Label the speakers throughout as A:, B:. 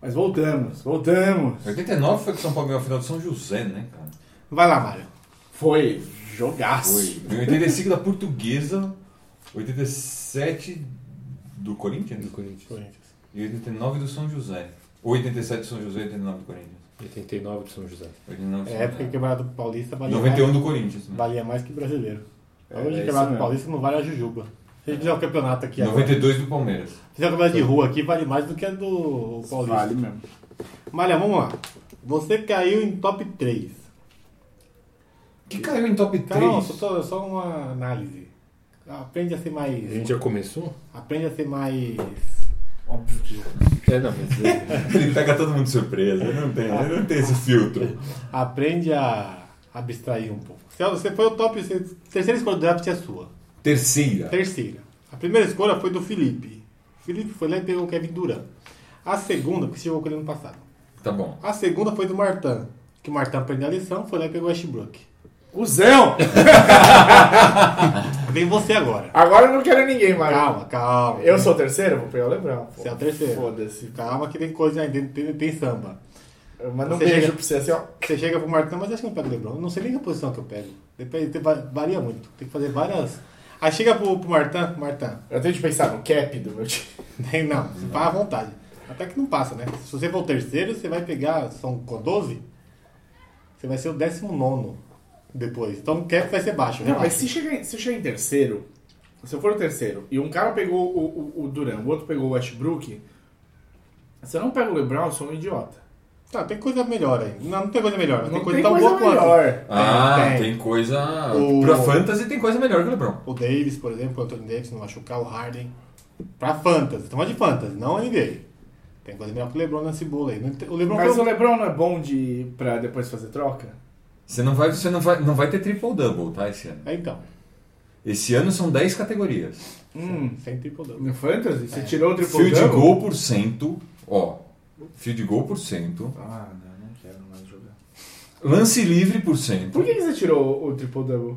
A: Mas voltamos, voltamos.
B: 89 foi que o São Paulo ganhou a final de São José, né, cara?
C: Vai lá, Mário.
A: Foi jogaço.
B: Foi. Ganhou 85 da Portuguesa, 87 do Corinthians
D: do Corinthians.
C: Corinthians.
B: e 89 do São José. Ou 87 do São José e 89 do Corinthians.
D: 89 do São José.
B: 89 do
C: É
B: São
C: a época que
B: José.
C: quebrado do Paulista valia,
B: 91
C: mais,
B: do Corinthians. Né?
C: valia mais que brasileiro.
A: um É,
C: Hoje
A: é isso
C: quebrado do
A: mesmo.
C: Paulista não vale a Jujuba. Se a gente fizer um campeonato aqui agora,
B: 92 do Palmeiras.
C: fizer um campeonato de rua aqui, vale mais do que a do Paulista.
A: Vale mesmo.
C: Malha, vamos lá. Você caiu em top 3.
B: Que caiu em top 3?
C: Calma, só, tô- só uma análise. Aprende a ser
D: A
C: mais.
D: gente já começou?
C: Aprende a ser mais.
A: Óbvio que
D: É, não, mas.
B: Ele pega todo mundo de surpresa. Ele não tem, ele não tem esse filtro.
C: Aprende a abstrair um pouco. Se Você foi o top. você- Terceira escolha do draft é sua.
B: Terceira.
C: Terceira. A primeira escolha foi do Felipe. O Felipe foi lá e pegou o Kevin Durant. A segunda, porque você jogou com ele ano passado.
B: Tá bom.
C: A segunda foi do Martin. Que o Martin aprendeu a lição, foi lá e pegou o Ashbrook.
A: O Zéu!
C: Vem você agora.
A: Agora eu não quero ninguém, Mário.
C: Calma, calma.
A: Eu sou o terceiro? Vou pegar o Lebrão. pô.
C: Você é o terceiro.
A: Foda-se.
C: Calma que tem coisa ainda, tem, tem samba.
A: Eu mando um
C: Você
A: beijo
C: chega-
A: pra você assim, ó.
C: Você chega pro Martão, mas acho que eu pego o Lebron. Eu Não sei nem que posição que eu pego. Depende, tem va- varia muito. Tem que fazer várias. Aí chega pro, pro Martão, Martão.
A: Eu tenho que pensar no cap do meu time.
C: Nem não, você vai à vontade. Até que não passa, né? Se você for o terceiro, você vai pegar. São com 12? Você vai ser o décimo nono depois. Então o cap vai ser baixo, né?
A: Não, mas se chegar, em- se eu chegar em terceiro, se eu for o terceiro, e um cara pegou o, o, o Duran, o outro pegou o Westbrook, se eu não pego o Lebron, eu sou um idiota.
C: Tá, tem coisa melhor aí. Não, não tem coisa melhor. Tem
A: Não tem
C: coisa tão
A: coisa
C: boa quanto.
A: melhor.
B: Ah, tem,
C: tem.
B: coisa.
C: O-
B: Pra fantasy tem coisa melhor que o Lebron.
C: O Davis, por exemplo, o Anthony Davis, não machucar o Harden. Pra fantasy, estamos de fantasy, não NBA. Tem coisa melhor que o LeBron nessa bola aí. Não tem- O LeBron
A: Mas
C: foi
A: o
C: um-
A: Lebron não é bom de pra depois fazer troca?
B: Você não vai, você não vai, não vai ter triple double, tá? Esse ano.
C: É, então,
B: Esse ano são 10 categorias.
A: Hum.
C: sem triple double.
A: No Fantasy? Você tirou o triple
B: Field
A: double?
B: goal por cento, ó. Field goal por cento.
A: Ah, não, não quero mais jogar.
B: Lance livre por cento.
A: Por que, que você tirou o triple double?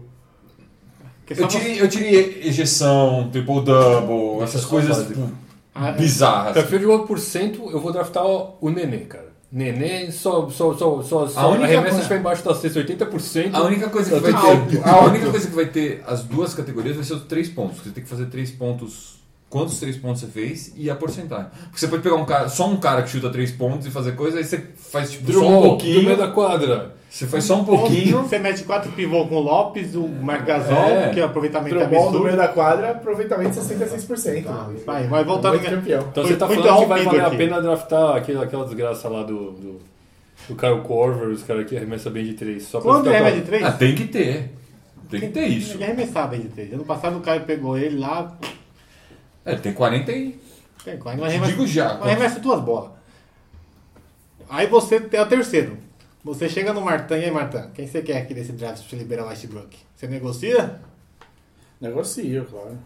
C: Porque só
B: Eu tirei, eu tirei ejeção, triple double, essas
D: só
B: coisas
D: básico.
C: Ah, é.
B: bizarras.
D: Perfil de 1%, eu vou draftar o o Nenê, cara. Nenê só, só, só, só, só
B: única
D: arremessas
B: coisa-
D: pra embaixo da cesta, 80%.
B: A única coisa que
D: Eu
B: vai
D: tô
B: ter,
D: alto,
B: a única coisa que vai ter as duas categorias vai ser os três pontos. Você tem que fazer três pontos. Quantos três pontos você fez e a porcentagem. Porque você pode pegar um cara, só um cara que chuta três pontos e fazer coisa, aí você faz tipo,
D: Drew
B: só um
D: Hall, do meio
B: pouquinho.
D: da quadra.
B: Você faz só um
C: Ou
B: pouquinho.
C: Você mete quatro pivô com o Lopes, o Marc Gasol,
B: É.
C: que é aproveitamento
A: Trobol no meio
C: absurdo.
A: da quadra, aproveitamento 66%.
C: Tá, isso aí, vai voltar
A: Muito
C: no-
A: campeão.
D: Então
C: Foi-
D: você tá
C: foi
D: falando que vai
C: interrompido
D: valer
C: aqui.
D: a pena draftar aquela, aquela desgraça lá do, do, do Kyle Corver, os caras que arremessa bem de 3. Só pra
C: Quando ele
D: ficar
C: arremessa de
D: com-
C: três?
B: Ah, tem que ter. Tem que ter isso.
C: Ele arremessava de três. Ano passado o Caio pegou ele lá.
B: É, tem 40 e.
C: Pegou, ainda
B: Te
C: arremessa,
B: digo já.
C: Não arremessa duas bolas. Aí você é o terceiro. Você chega no Martã, e aí, Martã, quem você quer aqui nesse draft pra você liberar o Westbrook? Você negocia?
A: Negocio, claro.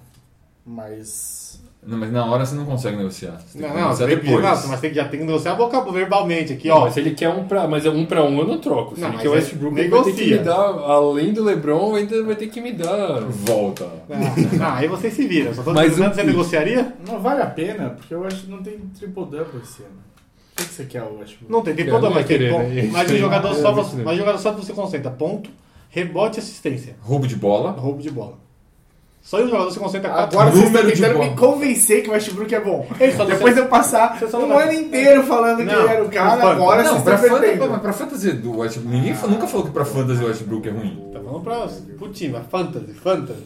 A: Mas.
B: Não, mas na hora você não consegue negociar. Você tem
C: Não,
B: que
C: não,
B: negociar
C: tem que-
B: depois.
C: não, mas tem que já tem que negociar boca a boca, verbalmente aqui,
D: Não,
C: ó.
D: mas se ele quer um pra, mas é um pra um, eu não troco. Se
C: Não,
D: ele
C: mas
D: quer o
C: é-
D: Westbrook, ele vai ter que
C: negocia.
D: me dar, além do LeBron, ainda vai ter que me dar.
B: Volta.
C: Ah, aí você se vira. Só tô
D: Mas
C: perguntando,
D: o-
C: você negociaria?
A: Não vale a pena, porque eu acho que não tem triple double esse ano. O que, que você quer, eu acho?
C: Não tem, tem
D: Eu
C: problema.
D: não ia
C: Mas, tem
D: querer,
C: ponto.
D: né?
C: mas o
D: Sim.
C: jogador só
D: É,
C: você,
D: isso
C: mas o jogador só você concentra ponto, rebote e assistência,
B: Roubo de bola.
C: roubo de bola. Só o jogador se concentra quatro.
A: Agora vocês estão
B: Número de
A: tentando
B: bola.
A: me convencer que o Westbrook é bom.
C: Ele só não
A: Depois
C: sabe-
A: eu passar
C: Você só
A: um
C: não-
A: ano inteiro falando que
C: Não,
A: ele era o cara,
C: não,
A: agora
B: não,
A: vocês
B: pra,
A: estão
B: fantasy,
A: perdendo.
B: mas pra fantasy do Westbrook. Ninguém fa- nunca falou que pra fantasy o Westbrook é ruim.
C: Tá falando pra, pro time, é fantasy, fantasy.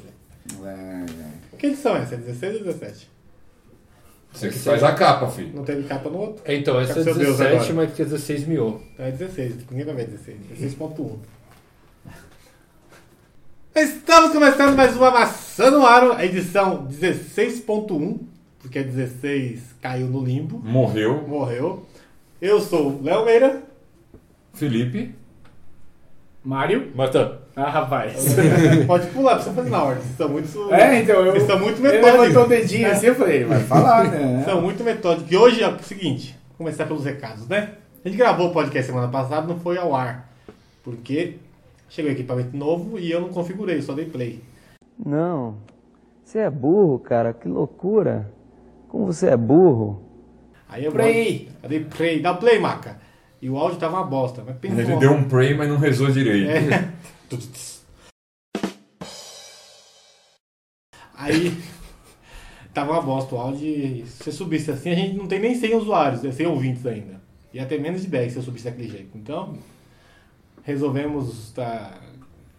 C: Que edição é essa? 16 ou 17?
B: Você que faz a capa, filho.
C: Não teve capa no outro?
D: É, Então, essa é
C: Seu Deus
D: 17,
C: agora.
D: mas que é 16 mil.
C: Então é 16, ninguém vai ver 16. 16.1. Estamos começando mais uma Maçã no Aro, a edição 16.1, porque a 16 caiu no limbo,
B: Morreu.
C: morreu. Eu sou o Léo Meira.
B: Felipe.
A: Mário?
D: Marta,
A: Ah, rapaz.
C: Pode pular, precisa fazer na ordem. Vocês são muito.
A: É, então eu.
C: Vocês são muito
A: Ele levantou o
C: metódicos.
A: dedinho assim, eu falei, vai falar, né?
C: São muito metódicos. E hoje é o seguinte: vou começar pelos recados, né? A gente gravou o podcast semana passada, não foi ao ar. Porque chegou equipamento novo e eu não configurei, só dei play.
E: Não. Você é burro, cara. Que loucura. Como você é burro.
C: Aí eu
A: Play.
C: Eu dei play, dá play, maca. E o áudio tava uma bosta. Mas pensa
B: Ele
C: numa-
B: deu um pray, mas não rezou direito.
C: É. Aí tava uma bosta o áudio. e Se você subisse assim, a gente não tem nem 100 usuários, né, 100 ouvintes ainda. Ia ter menos de 10 se eu subisse daquele jeito. Então, resolvemos tá,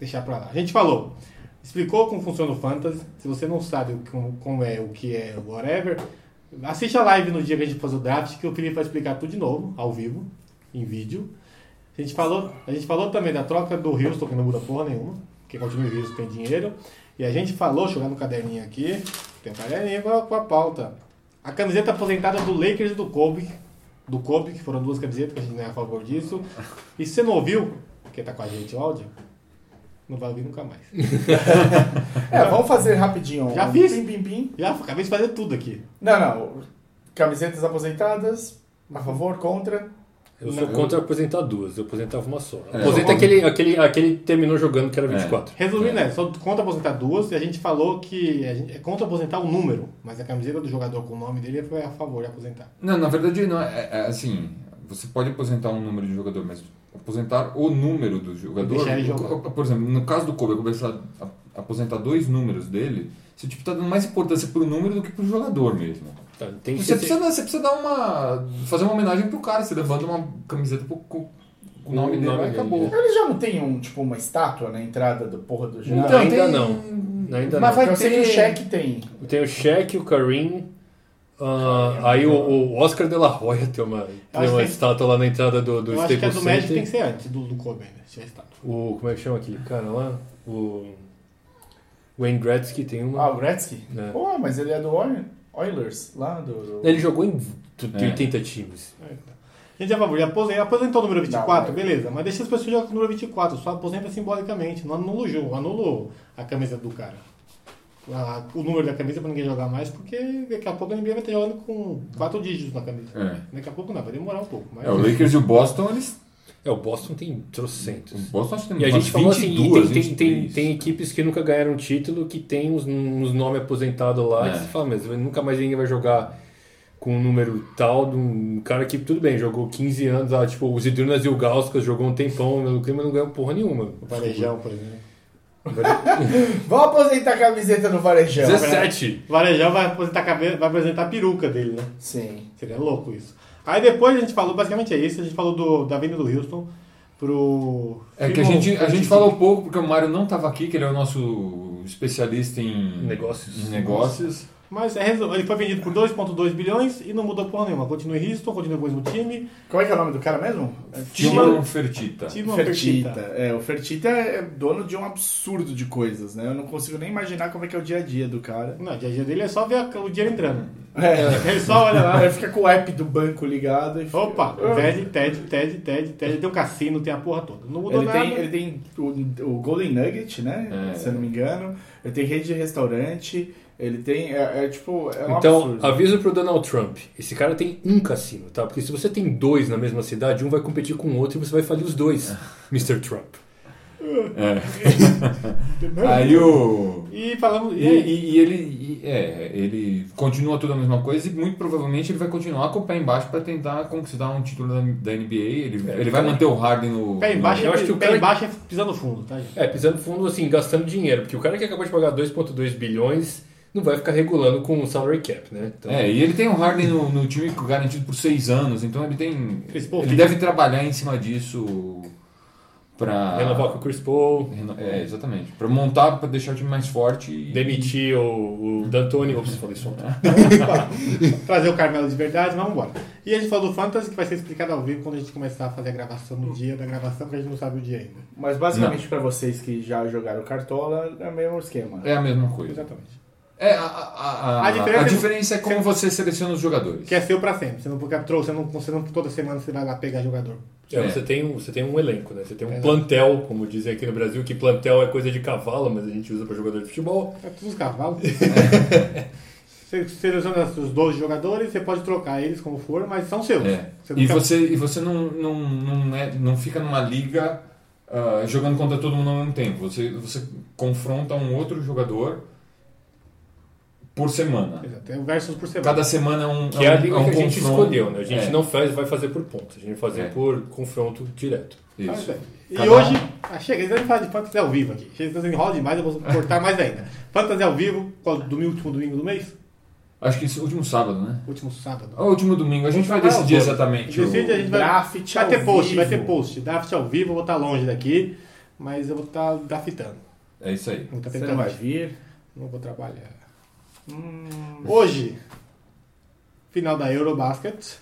C: deixar pra lá. A gente falou, explicou como funciona o Fantasy. Se você não sabe o que- como, é, o que é, o whatever, assiste a live no dia que a gente fazer o draft, que o Felipe vai explicar tudo de novo, ao vivo, em vídeo. A gente falou, a gente falou também da troca do Houston, que não muda porra nenhuma, porque o time Houston tem dinheiro. E a gente falou, deixa eu olhar no caderninho aqui, tem um caderninho com a, com a pauta. A camiseta aposentada do Lakers e do Kobe, do Kobe, que foram duas camisetas, que a gente não é a favor disso. E se você não ouviu, porque tá com a gente o áudio, não vai ouvir nunca mais.
A: É, vamos fazer rapidinho.
C: Já
A: Um
C: fiz.
A: Pim, pim, pim.
C: Já acabei de fazer tudo aqui.
A: Não, não. Camisetas aposentadas, a favor, contra.
D: Eu sou
B: Não.
D: contra aposentar duas, eu aposentava uma só.
B: É.
D: Aposenta aquele, aquele, aquele que terminou jogando, que era 24.
C: Resumindo, é. só conta aposentar duas e a gente falou que a gente, é contra aposentar o número, mas a camiseta do jogador com o nome dele foi a favor de aposentar.
B: Não, na verdade não. É, é assim, você pode aposentar um número de jogador, mas aposentar o número do jogador.
C: Deixar ele jogar.
B: Por exemplo, no caso do Kobe, eu comecei a a aposentar dois números dele. Você tipo, tá dando mais importância pro número do que pro jogador mesmo.
D: Tá, tem que
B: Você
D: ser.
B: precisa, dar- você precisa dar uma. fazer uma homenagem pro cara, você levanta uma camiseta pro, com com o nome
D: O
B: dele
D: nome
B: e
D: dele,
B: acabou.
D: é.
A: Ele já não tem um, tipo, uma estátua na entrada do porra do
D: Não,
A: ginásio.
B: Então,
D: ainda
B: tem-
D: não. Ainda
B: Mas
D: não.
A: Eu
B: vai
A: sei que
B: ter-
A: o cheque tem.
D: Tem o Shaq, o Karim. ah, aí o, o Oscar de la Hoya tem uma, tem
C: acho
D: uma
C: que-
D: estátua lá na entrada do, do
C: Eu acho que a
D: Staples
C: do
D: Center.
C: Magic tem que ser antes do, do Kobe ainda, se tiver estátua.
D: O, como é que chama aquele cara lá? O Wayne Gretzky tem uma.
A: Ah, o Gretzky?
D: É.
A: Pô, mas ele é do Oil- Oilers, lá do... do-
D: Ele jogou em tu-
B: É.
D: 80 times.
C: A gente é a favor, já aposentou, aposentou o número 24,
B: é.
A: Não, mas-
C: beleza, mas deixa as pessoas jogar com o número 24, só aposenta simbolicamente, não anula o jogo, anula a camisa do cara. A- o número da camisa pra ninguém jogar mais, porque daqui a pouco a NBA vai estar jogando com quatro dígitos na camisa.
B: É.
C: Daqui a pouco não, vai demorar um pouco, mas...
B: É, o Lakers e o Boston, eles.
D: É, o Boston tem
B: O
D: trocentos.
B: Boston acho que tem
D: E a
B: umas
D: gente falou assim, e
B: 22,
D: tem, tem, tem,
B: 23.
D: tem equipes que nunca ganharam um título, que tem uns, uns nomes aposentados lá, que
B: É.
D: você fala, mas nunca mais ninguém vai jogar com um número tal de um cara que, tudo bem, jogou 15 anos, ah, tipo, o Zidrunas e o Gauskas jogou um tempão, o clima não ganhou porra nenhuma.
C: O Varejão, por exemplo.
A: Vamos aposentar a camiseta no Varejão.
D: 17!
C: O Varejão vai aposentar a cabeça, vai apresentar a peruca dele, né?
A: Sim.
C: Seria louco isso. Aí depois a gente falou, basicamente é isso, a gente falou do, da venda do Houston pro...
B: É que a
C: Fibon-
B: gente, a gente
C: Fibon-
B: falou pouco porque o Mário não estava aqui, que ele é o nosso especialista em
D: Negócios.
B: em negócios.
C: Mas é resol- ele foi vendido por 2,2 bilhões e não mudou porra nenhuma. Continua em Houston, continua com o mesmo time.
A: Qual é que é o nome do cara mesmo?
C: Timão-
B: Timão Fertita.
C: Timão
A: Fertita.
C: Fertitta.
A: É, o Fertita é dono de um absurdo de coisas, né? Eu não consigo nem imaginar como é que é o dia a dia do cara.
C: Não, o dia a dia dele é só ver a- o dinheiro entrando.
A: É.
C: Ele só olha lá.
A: Ele fica com o app do banco ligado e fica-
C: Opa,
A: Ah.
C: TED, TED, TED, TED, TED. Tem um cassino, tem a porra toda. Não mudou
A: Ele
C: nada.
A: tem, ele tem o, o Golden Nugget, né?
B: É.
A: Se eu não me engano. Ele tem rede de restaurante. Ele tem. É, é tipo. É um
D: Então,
A: absurdo.
D: aviso pro Donald Trump, esse cara tem um cassino, tá? Porque se você tem dois na mesma cidade, um vai competir com o outro e você vai falir os dois, Mr. Trump.
B: É. Aí o.
C: E falamos...
B: E,
C: E, aí?
B: e- e ele, e- é, ele continua tudo a mesma coisa e muito provavelmente ele vai continuar com o pé embaixo para tentar conquistar um título da, da NBA. Ele,
D: É,
B: ele vai manter o Harden no.
C: pé embaixo,
D: Eu
C: é,
D: acho que o
C: pé
D: cara-
C: embaixo é pisar no fundo, tá, gente?
D: É, pisando fundo, assim, gastando dinheiro, porque o cara que acabou de pagar 2,2 bilhões não vai ficar regulando com o salary cap, né?
B: No,
D: Então,
B: é, e ele tem o Harden no, no time garantido por seis anos, então ele tem.
C: Chris Paul
B: ele
C: fica.
B: deve trabalhar em cima disso para.
D: Renovar com o Chris Paul,
B: É, exatamente. Pra montar, pra deixar o time mais forte e.
D: demitir
B: É.
D: o, o D'Antoni. Ops, falei isso ontem.
C: Trazer o Carmelo de verdade, mas vambora. E a gente falou do Fantasy, que vai ser explicado ao vivo quando a gente começar a fazer a gravação no dia da gravação, porque a gente não sabe o dia ainda.
A: Mas basicamente, pra vocês que já jogaram Cartola, é o mesmo esquema.
B: É a mesma coisa.
C: Exatamente.
B: É, a, a, a,
C: A
B: a
C: diferença
B: diferença,
C: é que-
B: é como você seleciona os jogadores.
C: Que é seu pra sempre. Você não capturou, você não, você não toda semana você vai lá pegar jogador.
D: É,
B: É.
D: Você, tem um, você tem um elenco, né? Você tem um
C: Exato.
D: plantel, como dizem aqui no Brasil, que plantel é coisa de cavalo, mas a gente usa pra jogador de futebol.
C: É tudo uns cavalos. Você seleciona os 12 jogadores, você pode trocar eles como for, mas são
D: um.
C: seus.
B: É.
C: Você
B: E
C: nunca-
B: você, e você não, não, não, é, não fica numa liga ah, jogando contra todo mundo ao mesmo tempo. Você, você confronta um outro jogador por semana.
C: Exato, é um versus por semana.
B: Cada semana é um
D: Que é,
B: é um,
D: a liga
B: é um
D: que a gente
B: confronto.
D: escolheu, né? A gente
B: É,
D: não faz, vai fazer por pontos, a gente vai fazer
B: É.
D: por confronto direto.
C: Ah,
B: Isso.
C: isso aí. E
B: Cada
C: hoje,
B: um.
C: ah, chega, eles devem falar de fantasy ao vivo aqui. Chega, vocês enrolam demais, eu vou cortar mais ainda. Fantasy ao vivo, qual domingo, último domingo do mês?
B: Acho que esse último sábado, né?
C: Último sábado.
B: Ou último domingo. A gente vai
D: Ah,
B: decidir exatamente. o-
C: Decide, a gente vai.
A: Draft
C: vai
A: ao
C: ter post, vai
A: vivo.
C: ter post. Draft ao vivo, eu vou estar longe daqui, mas eu vou estar draftando.
B: É isso aí.
C: Vou estar
A: Você não vai
C: tentando.
A: vir? Hum,
C: Não vou trabalhar. Hoje, final da Eurobasket.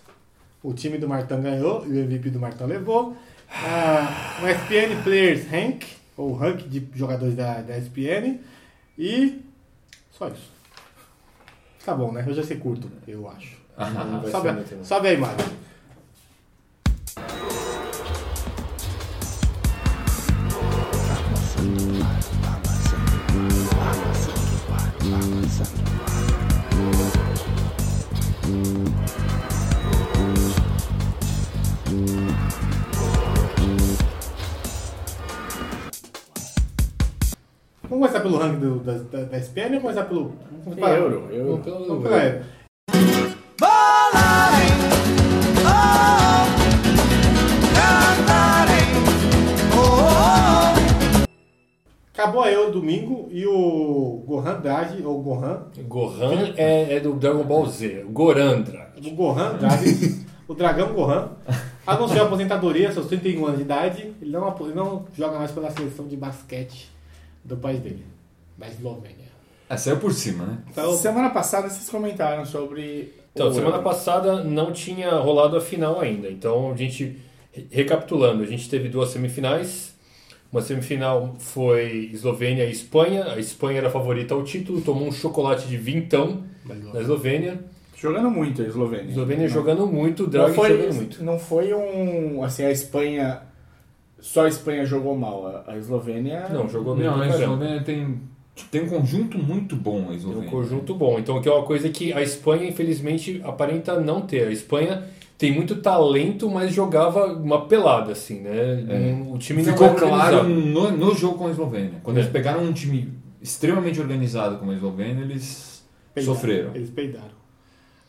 C: O time do Martão ganhou e o MVP do Martão levou. Ah, o SPN Players Rank, ou rank de jogadores da, da SPN. E só isso. Tá bom, né? Eu já sei curto, eu acho.
D: Não vai
C: Sobe,
D: ser
C: a-
D: muito, não.
C: sobe a imagem. Vamos começar pelo ranking do- da, da, da SPN ou começar pelo.
A: Tem
C: Vamos falar-
A: euro, euro.
D: Pelo-
C: Vamos pela Euro. Acabou a Euro domingo e o Gohan Dage, ou Gohan,
D: Gohan é, é do Dragon Ball Z, o Gorandra.
C: o Gohan Dage, o dragão Gohan, anunciou a aposentadoria aos seus 31 anos de idade. Ele não, apo- ele não joga mais pela seleção de basquete do país dele, da Eslovênia.
B: É, saiu por cima, né?
A: Tá
C: Então,
A: Semana passada vocês comentaram sobre.
D: Então,
A: o
D: semana
A: euro.
D: passada não tinha rolado a final ainda. Então, a gente, re- recapitulando, a gente teve duas semifinais. Uma semifinal foi Eslovênia e Espanha. A Espanha era a favorita ao título, tomou um chocolate de vintão da Eslovênia.
A: Jogando muito a Eslovênia.
D: Eslovênia
A: Não-
D: jogando muito,
A: Não
D: Drag
A: foi,
D: jogando muito.
A: não foi um. Assim, a Espanha. Só a Espanha jogou mal. A- A Eslovênia.
D: Não, jogou bem
B: Não,
D: pra
B: a
D: caramba.
B: Eslovênia tem, tem um conjunto muito bom, a
D: É um
B: Eslovênia. né?
D: conjunto bom. Então, que é uma coisa que a Espanha, infelizmente, aparenta não ter. A Espanha tem muito talento, mas jogava uma pelada, assim, né? Um- O time não
B: É. Ficou
D: era
B: claro
D: organizado.
B: no, no jogo com a Eslovênia. Quando
D: É.
B: eles pegaram um time extremamente organizado como a Eslovênia, eles
C: peidaram.
B: sofreram.
C: Eles peidaram.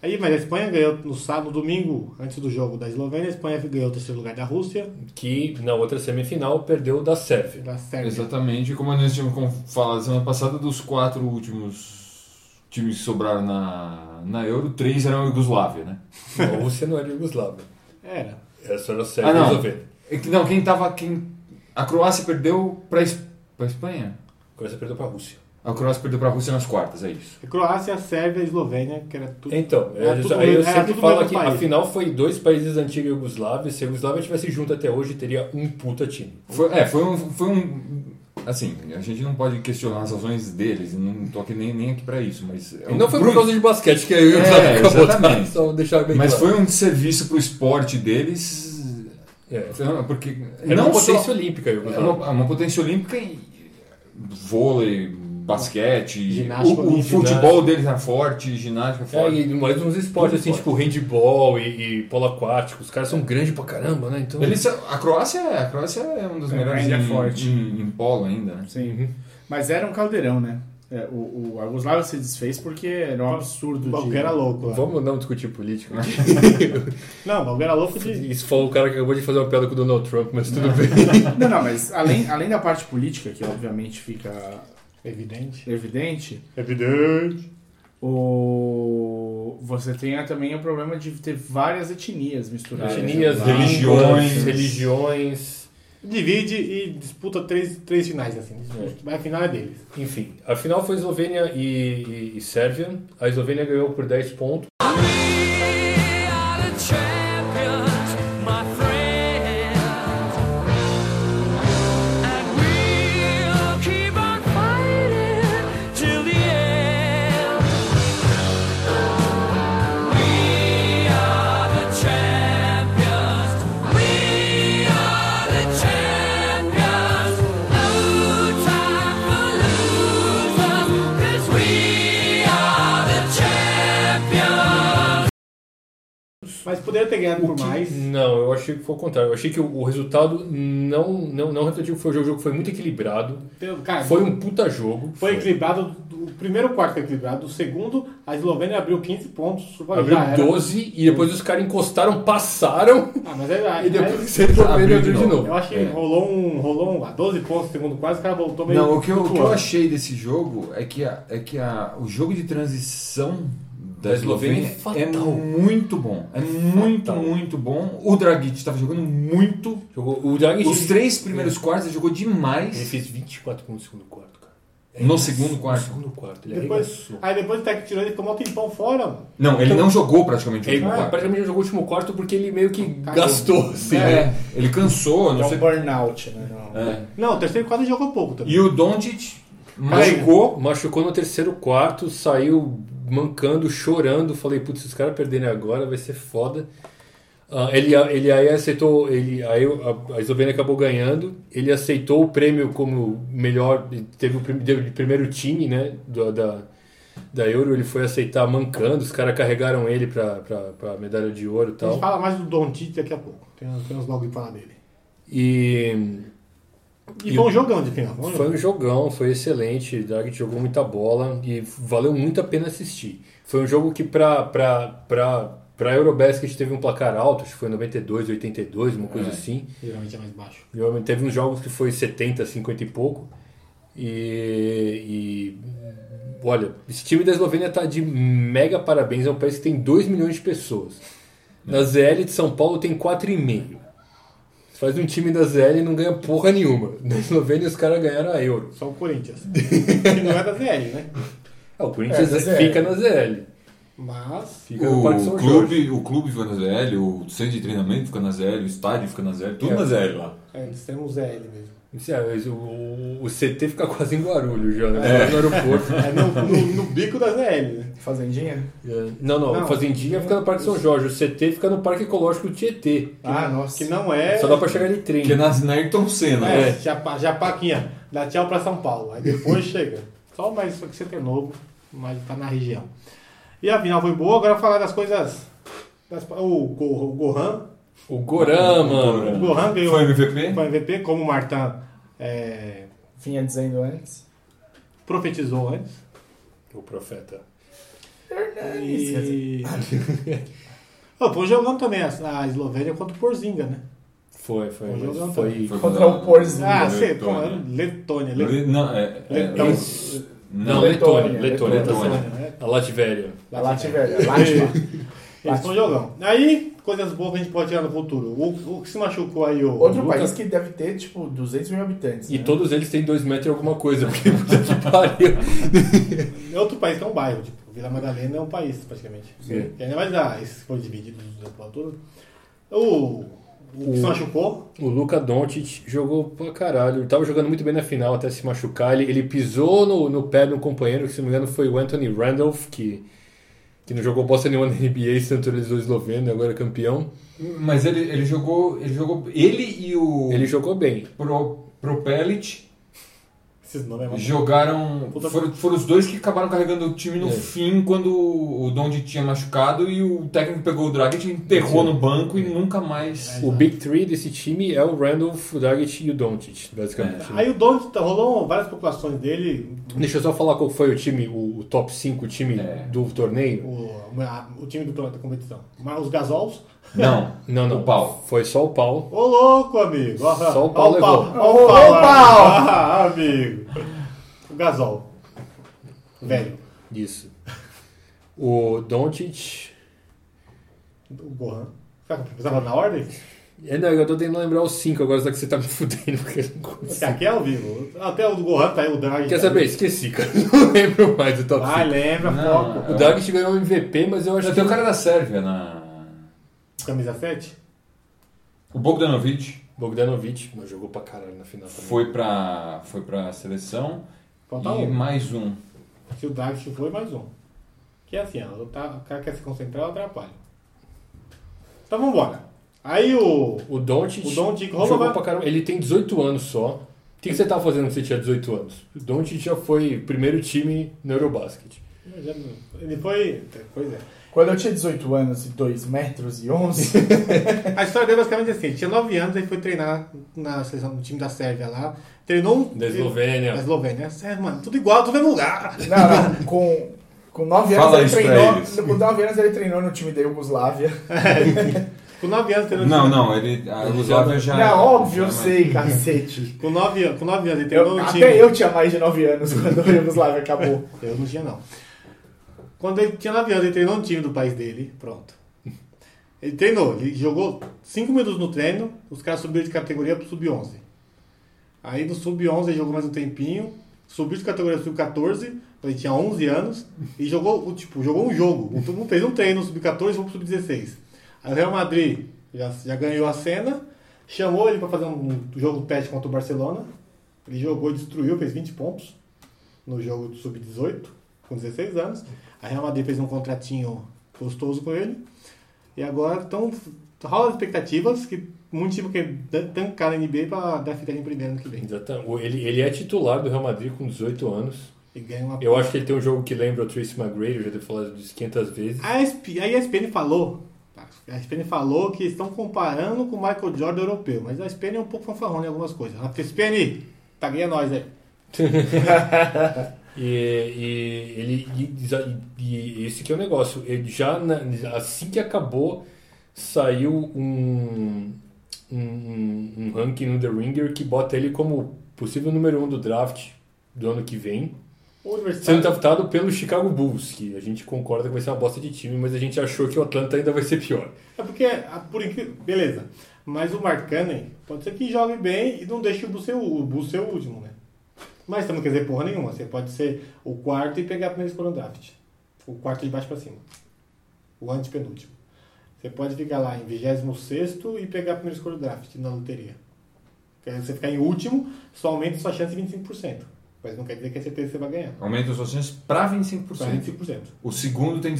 C: Aí, mas a Espanha ganhou no sábado, no domingo, antes do jogo da Eslovênia, a Espanha ganhou o terceiro lugar da Rússia,
D: Que na outra semifinal perdeu da Sérvia.
C: da Sérvia.
B: Exatamente, como nós tínhamos com- falado semana passada, dos quatro últimos times que sobraram na, na Euro, três eram a Iugoslávia, né?
D: A Rússia não é era Iugoslávia.
C: Era.
D: Essa era
B: Ah,
D: a É Sérvia
B: não.
D: e Eslovênia.
B: É que- Não, quem tava. Quem, a Croácia perdeu pra, Es- pra Espanha?
D: Agora você perdeu para a Rússia.
B: A Croácia perdeu pra Rússia nas quartas, é isso.
C: A Croácia, a Sérvia, a Eslovênia, que era tudo.
D: Então,
C: Era
D: é,
C: tudo
D: aí eu
C: mesmo- era
D: sempre
C: tudo
D: falo
C: mesmo
D: que
C: país.
D: a final foi dois países da antiga Iugoslávia. Se a Iugoslávia tivesse junto até hoje, teria um puta time.
B: Foi, é, foi um, foi um. Assim, a gente não pode questionar as razões deles, não tô aqui nem, nem aqui pra isso, mas. é um
D: não foi por
B: bruto.
D: causa de basquete que a Iugoslávia
B: É,
D: acabou, tá?
B: exatamente.
D: Só deixar bem
B: Mas
D: claro.
B: foi um desserviço pro esporte deles.
D: É.
B: Porque.
D: Era
B: um não
D: uma
B: só-
D: potência olímpica, a
B: É
D: Iugoslávia.
B: uma, é uma potência olímpica em vôlei, basquete,
C: Ginástica
B: o, o
C: olímpica.
B: futebol deles é forte, ginástica é
D: É,
B: forte.
D: e mais uns esportes assim, tipo handball e, e polo aquático. Os caras são grandes pra caramba, né? Então,
B: Eles são- a Croácia, a Croácia é um dos
A: É,
B: melhores
A: ainda é
B: em,
A: forte.
B: Em, em polo ainda, né?
A: Sim.
D: Uhum.
A: Mas era um caldeirão, né? É, o, o Yugoslávia se desfez porque era um absurdo.
C: O bagulho
A: de...
C: era louco. lá.
D: vamos não discutir política.
B: Né?
C: Não, o bagulho era louco de.
D: Isso foi o cara que acabou de fazer uma piada com o Donald Trump, mas
B: É.
D: tudo bem.
A: Não, não, mas além, além da parte política, que obviamente fica
C: Evidente.
A: evidente,
C: Evidente.
A: o... você tem também o problema de ter várias etnias misturadas. Né?
D: Etnias,
A: Lá.
B: Ah, religiões.
D: religiões, religiões.
C: Divide e disputa três, três finais, assim. Disputa- Vai a final é deles.
D: Enfim, a final foi Eslovênia e, e- e Sérvia. A Eslovênia ganhou por 10 pontos.
E: Cause we are the champions
C: poderia ter ganhado por mais.
D: Não, eu achei que foi o contrário. Eu achei que o o resultado não, não, não refletiu o que foi o jogo. O jogo foi muito equilibrado.
C: Teve- Então, Cara,
D: Foi um puta jogo.
C: foi equilibrado. O primeiro quarto foi equilibrado. O segundo, a Eslovênia abriu 15 pontos. Foi-
D: Abriu
C: já era.
D: 12 e depois os caras encostaram, passaram
C: Ah, mas aí, aí-
D: e depois a Eslovênia abriu de novo.
C: eu acho que rolou um. Rolou um, a 12 pontos no segundo quarto, o cara voltou meio.
B: Não, o que, eu, o que eu
C: flutuando.
B: achei desse jogo é que, a- é que a- o jogo de transição da
D: Da Eslovênia
B: Eslovênia
D: é
B: é
D: fatal.
B: muito bom. É muito, muito bom. O Dragic estava jogando muito.
D: Jogou- O Dragic
B: Os três primeiros quartos ele jogou
D: é. Ele
B: demais
D: fez 24 pontos no segundo quarto, cara. É
B: no segundo
D: No
B: quarto.
D: segundo quarto, ele
C: Depois,
D: arregaçou.
C: aí depois o técnico tirou ele tomou um tempão fora, mano.
B: Não, ele não jogou praticamente o É.
D: Então, Ele
B: último
D: ah,
B: quarto.
D: praticamente jogou o último quarto porque ele meio que gastou, assim. né?
B: É,
D: Então,
B: ele cansou,
A: É
B: não
A: um
B: sei.
A: burnout, né? Não.
B: É.
C: Não, o terceiro quadro jogou pouco também.
B: E o Doncic
D: Machucou,
B: machucou.
D: machucou no terceiro quarto, saiu mancando, chorando. Falei, putz, se os caras perderem agora vai ser foda. Ah, ele, ele aí aceitou, ele, aí a, a Eslovênia acabou ganhando. Ele aceitou o prêmio como melhor, teve o prim- teve o primeiro time né, do- da, da Euro. Ele foi aceitar mancando, os caras carregaram ele pra, pra, pra medalha de ouro e
C: A gente
D: tal.
C: fala mais do Don Tite daqui a pouco. Tem, tem uns logo pra falar dele.
D: E
C: E,
D: E
C: foi
D: o-
C: um jogão de final.
D: Foi um jogão, foi excelente. Dragic jogou muita bola e valeu muito a pena assistir. Foi um jogo que pra, pra, pra, pra Eurobasket teve um placar alto, acho que foi 92, 82, uma coisa
B: É.
D: assim.
C: Geralmente é mais baixo.
D: E teve uns jogos que foi 70, 50 e pouco. E, e olha, esse time da Eslovênia tá de mega parabéns. É um país que tem 2 milhões de pessoas. Na ZL de São Paulo tem 4,5. Você Faz um time da ZL e não ganha porra nenhuma. Na Eslovênia os caras ganharam a Euro.
C: Só o Corinthians. que não é da ZL, né?
D: Ah, o
A: É,
D: Corinthians
A: da ZL.
D: fica na ZL.
C: Mas.
D: Fica no Parque
B: O
D: é São Jorge.
B: clube, o clube fica na ZL, o centro de treinamento fica na ZL, o estádio fica na ZL, tudo
D: É.
B: na ZL lá.
C: É, eles têm um ZL mesmo.
D: Isso é, mas o, o CT fica quase em Guarulhos já, né? Quase no aeroporto.
C: É no, no- no bico da ZL, né?
A: Fazendinha?
D: É. Não, não,
C: Não,
D: o Fazendinha fica no Parque São Jorge, o CT fica no Parque Ecológico do Tietê.
A: Ah, nossa.
C: Que não é.
D: Só dá pra chegar de trem.
B: Porque é na, na Ayrton Senna. né?
C: É,
D: É.
C: Japa- Japaquinha. Dá tchau pra São Paulo. Aí depois chega. Só mais isso que você tem novo, mas tá na região. E a final foi boa. Agora falar das coisas. das- o, Go- o Gohan.
D: O Gorama.
C: O
B: mano.
C: Gohan ganhou.
B: Foi MVP?
C: Foi MVP, como o Martin é,
A: Vinha dizendo antes.
C: profetizou antes.
D: O profeta.
C: E... Oh, foi jogando também a, a Eslovênia contra o Porzinga, né?
D: Foi, foi.
C: Foi
D: mas
C: jogando
D: foi.
B: Foi
A: Contra o Porzinho.
C: Ah,
B: Letônia.
C: você. pô, era Letônia. Letônia.
B: Le- né? Não, é. é-
C: Letão.
B: é-
D: Não,
B: Não,
A: Letônia,
D: Letônia. Letônia. tá
B: Letônia.
D: certo.
C: né?
D: A Latvéria.
A: Da Lativeria. Lativeria.
C: Eles estão jogando. Aí, coisas boas que a gente pode tirar no futuro. O, o que se machucou aí, o.
A: Outro
D: Lucas-
A: país que deve ter, tipo, 200 mil habitantes.
D: E
A: né?
D: todos eles têm dois metros e alguma coisa, porque puta que pariu.
C: É outro país que é um bairro, tipo, Vila Madalena é um país, praticamente.
D: Sim.
C: E ainda mais ah, se for dividido da Europa toda. O, o que se
D: O-
C: machucou,
D: O Luka Doncic jogou pra caralho. Ele tava jogando muito bem na final até se machucar. Ele, ele pisou no, no pé de um companheiro, que se não me engano foi o Anthony Randolph, que, que não jogou bosta nenhuma na NBA, se naturalizou esloveno e agora é campeão.
B: Mas ele, ele jogou. Ele jogou. Ele e o
D: Ele jogou bem.
B: Pro, Propelit
C: esses nomes é uma
B: jogaram.
C: Puta-
B: Foram, foram os dois que acabaram carregando o time no
D: É.
B: fim, quando o Dondi tinha machucado e o técnico pegou o Dragic, enterrou no banco e nunca mais.
D: O Big Three desse time é o Randolph, o Dragic e o Doncic, basicamente. né?
C: Aí o Dono tá, rolou um, várias populações dele.
D: Deixa eu só falar qual foi o time, o, o top 5 time
B: É.
D: do torneio.
C: O, a- o time do Toronto da competição. Mas os Gasols.
B: Não,
D: Não, não.
B: O pau.
D: Foi só o pau.
C: Ô louco, amigo! Ó,
D: Só o
C: ó,
D: Paulo
C: ó, pau!
D: levou.
C: Ó,
A: Ô,
C: o pau!
A: ô, pau!
C: Ah, amigo! O Gasol. Velho.
D: Isso. O Doncic.
C: O Gohan. Será que eu precisava na ordem?
D: É, não, eu tô tentando lembrar os 5 agora, só que você tá me fudendo, porque eu não consigo.
C: Esse aqui é ao vivo. Até o do Gohan tá aí, o Drag.
D: Quer saber? Esqueci, cara. Não lembro mais do top
C: Ah,
D: 5.
C: lembra,
B: Não,
C: foco.
D: O Dragic ganhou um o MVP, mas eu acho
B: já
D: que.
B: tem o cara da Sérvia na.
C: Camisa 7?
B: O Bogdanovic
D: Bogdanovic, mas jogou pra caralho na final também.
B: foi pra, foi pra seleção.
C: Falta
B: e
C: um.
B: mais um.
C: Se o Drag foi, mais um. Que é assim, ó, o ta- o cara quer se concentrar, atrapalha. Então vambora. Aí o.
D: O Doncic.
C: O Doncic rolou, né?
D: jogou
C: vai.
D: pra caralho. Ele tem 18 anos só. O que que você tava fazendo quando você tinha 18 anos? O Doncic já foi primeiro time no Eurobasket.
C: Mas já não- Ele foi. Pois é.
A: Quando eu tinha 18 anos e 2 metros e 11,
C: A história dele é basicamente assim: ele tinha 9 anos, ele foi treinar na seleção do time da Sérvia lá. Treinou um. Da
D: Da Eslovênia.
C: Eslovênia. Sérvia, mano, tudo igual, tudo é lugar.
A: Não, não, com, com 9 anos
B: Fala
A: ele
B: isso pra eles.
A: treinou. Com 9 anos ele treinou no time da Iugoslávia.
C: Com 9 anos treinou.
B: Não, não, ele. A Yugoslávia já.
A: não, óbvio, eu
B: já-
A: sei, cacete.
C: Com 9 anos, com 9 anos ele treinou
A: Eu,
C: o time.
A: até eu tinha mais de 9 anos quando a Iugoslávia acabou.
C: Eu não tinha, não. Quando ele tinha 9 anos, ele treinou no time do país dele. Pronto. Ele treinou, ele jogou 5 minutos no treino, os caras subiram de categoria pro sub-11. Aí no sub-11 ele jogou mais um tempinho, subiu de categoria pro sub-14, ele tinha 11 anos, e jogou, o- tipo, jogou um jogo. Todo mundo fez um treino, sub-14 e foi pro sub-16. Aí o Real Madrid já, já ganhou a cena, chamou ele pra fazer um jogo teste contra o Barcelona. Ele jogou, destruiu, fez 20 pontos no jogo do Sub-18, com 16 anos. A Real Madrid fez um contratinho gostoso com ele. E agora estão rola as expectativas que muito time quer dan- tancar na NBA para draftar em primeiro ano que vem.
D: Exatamente. O- Ele, ele é titular do Real Madrid com 18 anos.
C: E ganha uma
D: Eu acho que ele tem um jogo que lembra o Tracy McGrady, eu já devo falar disso 500 vezes.
C: A, ESP, a ESPN falou, tá, a ESPN falou que estão comparando com o Michael Jordan europeu, mas a ESPN é um pouco fanfarrona em algumas coisas. né? A ESPN, tagueia nós aí.
D: E, e ele e, exa- e esse que é o negócio. Ele já na- assim que acabou saiu um, um, um- um ranking no The Ringer que bota ele como possível número um do draft do ano que vem,
C: O
D: sendo
C: Universitário,
D: draftado pelo Chicago Bulls, que a gente concorda que vai ser uma bosta de time, mas a gente achou que o Atlanta ainda vai ser pior.
C: é porque, ah, por incrível, beleza, mas o Mark Cannon pode ser que jogue bem e não deixe o Bulls ser o, o Bulls ser o último, né? Mas também não quer dizer porra nenhuma, você pode ser o quarto e pegar a primeira escolha no draft. O quarto de baixo para cima. O antepenúltimo. Você pode ficar lá em 26 e pegar a primeira escolha do draft na loteria. Quer dizer, você ficar em último, só aumenta sua chance em 25%. Mas não quer dizer que é certeza que você vai ganhar.
B: Aumenta suas chances pra 25%.
C: Só 25%.
B: O segundo tem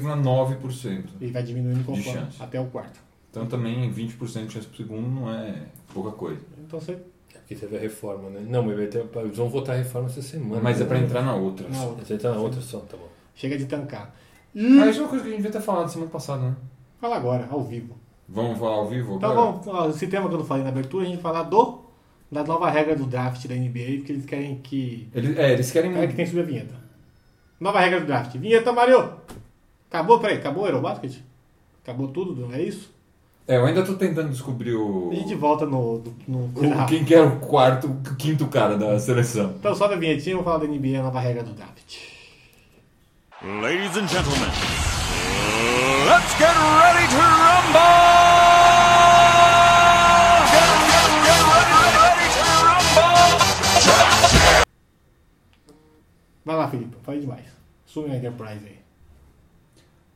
B: 19,9%.
C: E vai diminuindo conforme
B: chance.
C: até o quarto.
B: Então também 20% de chance pro segundo não é pouca coisa.
C: Então você.
D: Porque teve a reforma, né? Não, mas vai ter, eles vão votar a reforma essa semana. Né?
B: Mas é pra entrar na outra.
C: Na outra.
D: Você tá na outra só, tá bom.
C: Chega de tancar.
B: Mas é uma coisa que a gente devia ter falado semana passada, né?
C: Fala agora, ao vivo.
B: Vamos falar ao
A: Tá
B: vivo
C: Então
B: agora?
C: vamos, ó, esse tema que eu não falei na abertura, a gente vai falar do, da nova regra do draft da NBA, porque eles querem que.
B: Eles, é, eles querem.
C: Peraí que tem que subir a vinheta. Nova regra do draft. Vinheta, Mario! Acabou, peraí, acabou o Eurobasket? Acabou tudo, não é isso?
B: É, eu ainda tô tentando descobrir o.
C: A gente volta no. no, no- coisa
B: o
C: rápida.
B: quem que era o quarto, o quinto cara da seleção.
C: Então sobe a vinhetinha e vamos falar da NBA, a nova regra do draft.
E: Ladies and gentlemen, let's get ready to rumble! Get, get, get ready, ready to rumble!
C: Vai lá, Felipe, falei demais. Sume a Enterprise aí.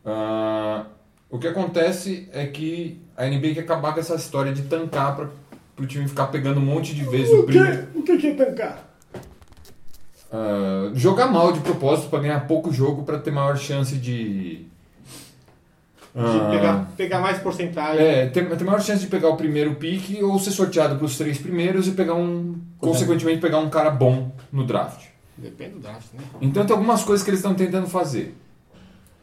B: Ah, o que acontece é que a NBA quer acabar com essa história de tancar pra, pro time ficar pegando um monte de vezes o primo.
C: O que que é tancar?
B: Ah, jogar mal de propósito pra ganhar pouco jogo pra ter maior chance de. Ah,
C: De pegar, pegar mais porcentagem.
B: É, ter, ter maior chance de pegar o primeiro pique ou ser sorteado pros três primeiros e pegar um. Consequentemente, pegar um cara bom no draft.
C: Depende do draft, né?
B: Então tem algumas coisas que eles estão tentando fazer.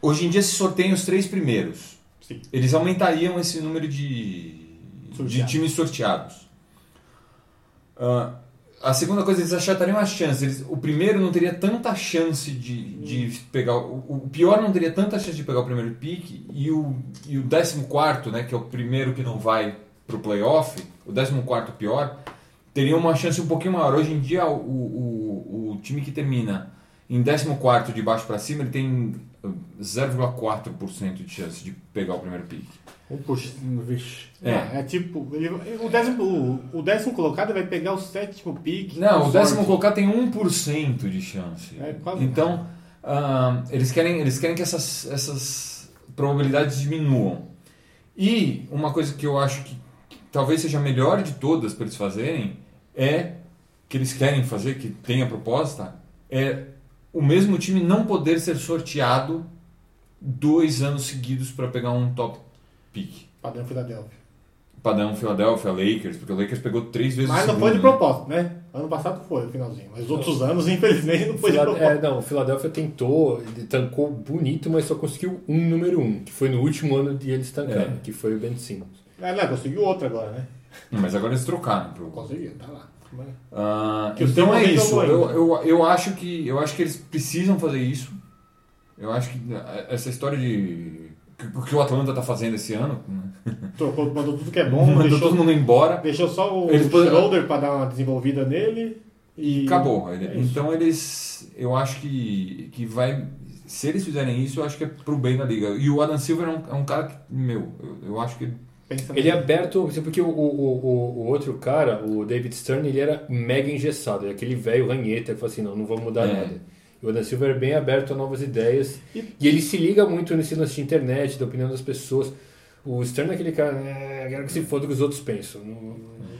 B: Hoje em dia se sorteiam os três primeiros.
C: Sim.
B: Eles aumentariam esse número de, de
C: Sorteados.
B: times sorteados. Ah, a segunda coisa, eles achatariam as chances. Eles- o primeiro não teria tanta chance de, de pegar. O, o pior não teria tanta chance de pegar o primeiro pique. E o, e o décimo quarto, né, que é o primeiro que não vai pro playoff, o décimo quarto pior, teria uma chance um pouquinho maior. Hoje em dia, o, o, o time que termina em 14 de baixo para cima, ele tem eh, 0,4% de chance de pegar o primeiro pique.
C: Puxa.
A: Vixe.
B: É.
C: Um É, é tipo, ele- o, décimo, o, o décimo colocado vai pegar o sétimo pique.
B: Não, o
C: sorte.
B: décimo colocado tem 1% de chance.
C: É, quase
B: então, ah, eles, querem, eles querem que essas, essas probabilidades diminuam. E uma coisa que eu acho que talvez seja a melhor de todas para eles fazerem é que eles querem fazer, que tem a proposta, é o mesmo time não poder ser sorteado dois anos seguidos para pegar um top pick.
C: Padrão Filadélfia.
B: padrão Philadelphia, Lakers, porque o Lakers pegou três vezes
C: Mas
B: o
C: não foi de
B: segundo, né?
C: propósito, né? Ano passado foi o finalzinho. Mas os outros anos, infelizmente, não foi de
D: Filad-
C: propósito.
D: é, não, o Philadelphia tentou, ele tancou bonito, mas só conseguiu um número um, que foi no último ano de eles tancando,
B: É.
D: que foi o Ben Simmons.
C: Ah, não, conseguiu outro agora, né?
B: Mas agora eles trocaram pro.
C: Conseguiu, tá lá. Mas-
B: Ah,
C: Que o
B: então é
C: Simmons ainda
B: isso.
C: jogou
B: Eu,
C: ainda.
B: eu, eu acho que eu acho que eles precisam fazer isso. Eu acho que eh, essa história de que- o que o Atlanta tá fazendo esse ano, né?
C: Trocou, mandou tudo que é bom,
B: mandou
C: deixou,
B: todo mundo embora
C: deixou só o
B: Eles poderiam-
C: Schroeder pra dar uma desenvolvida nele. E,
B: e acabou. Ele-
C: é isso.
B: então eles, eu acho que que vai se eles fizerem isso, eu acho que é pro bem da liga. E o Adam Silver é um, é um cara que meu, eu, eu acho que
C: Pensa
D: Ele é aberto, assim, porque o, o, o, o outro cara, o David Stern, ele era mega engessado, ele é aquele velho ranheta, ele falou assim, não, não vou mudar
B: É.
D: nada. E o Adam Silver é bem aberto a novas ideias,
C: E-
D: e ele se liga muito nesse lance de internet, da opinião das pessoas. O Stern é aquele cara, é, quero que se foda o que os outros pensam.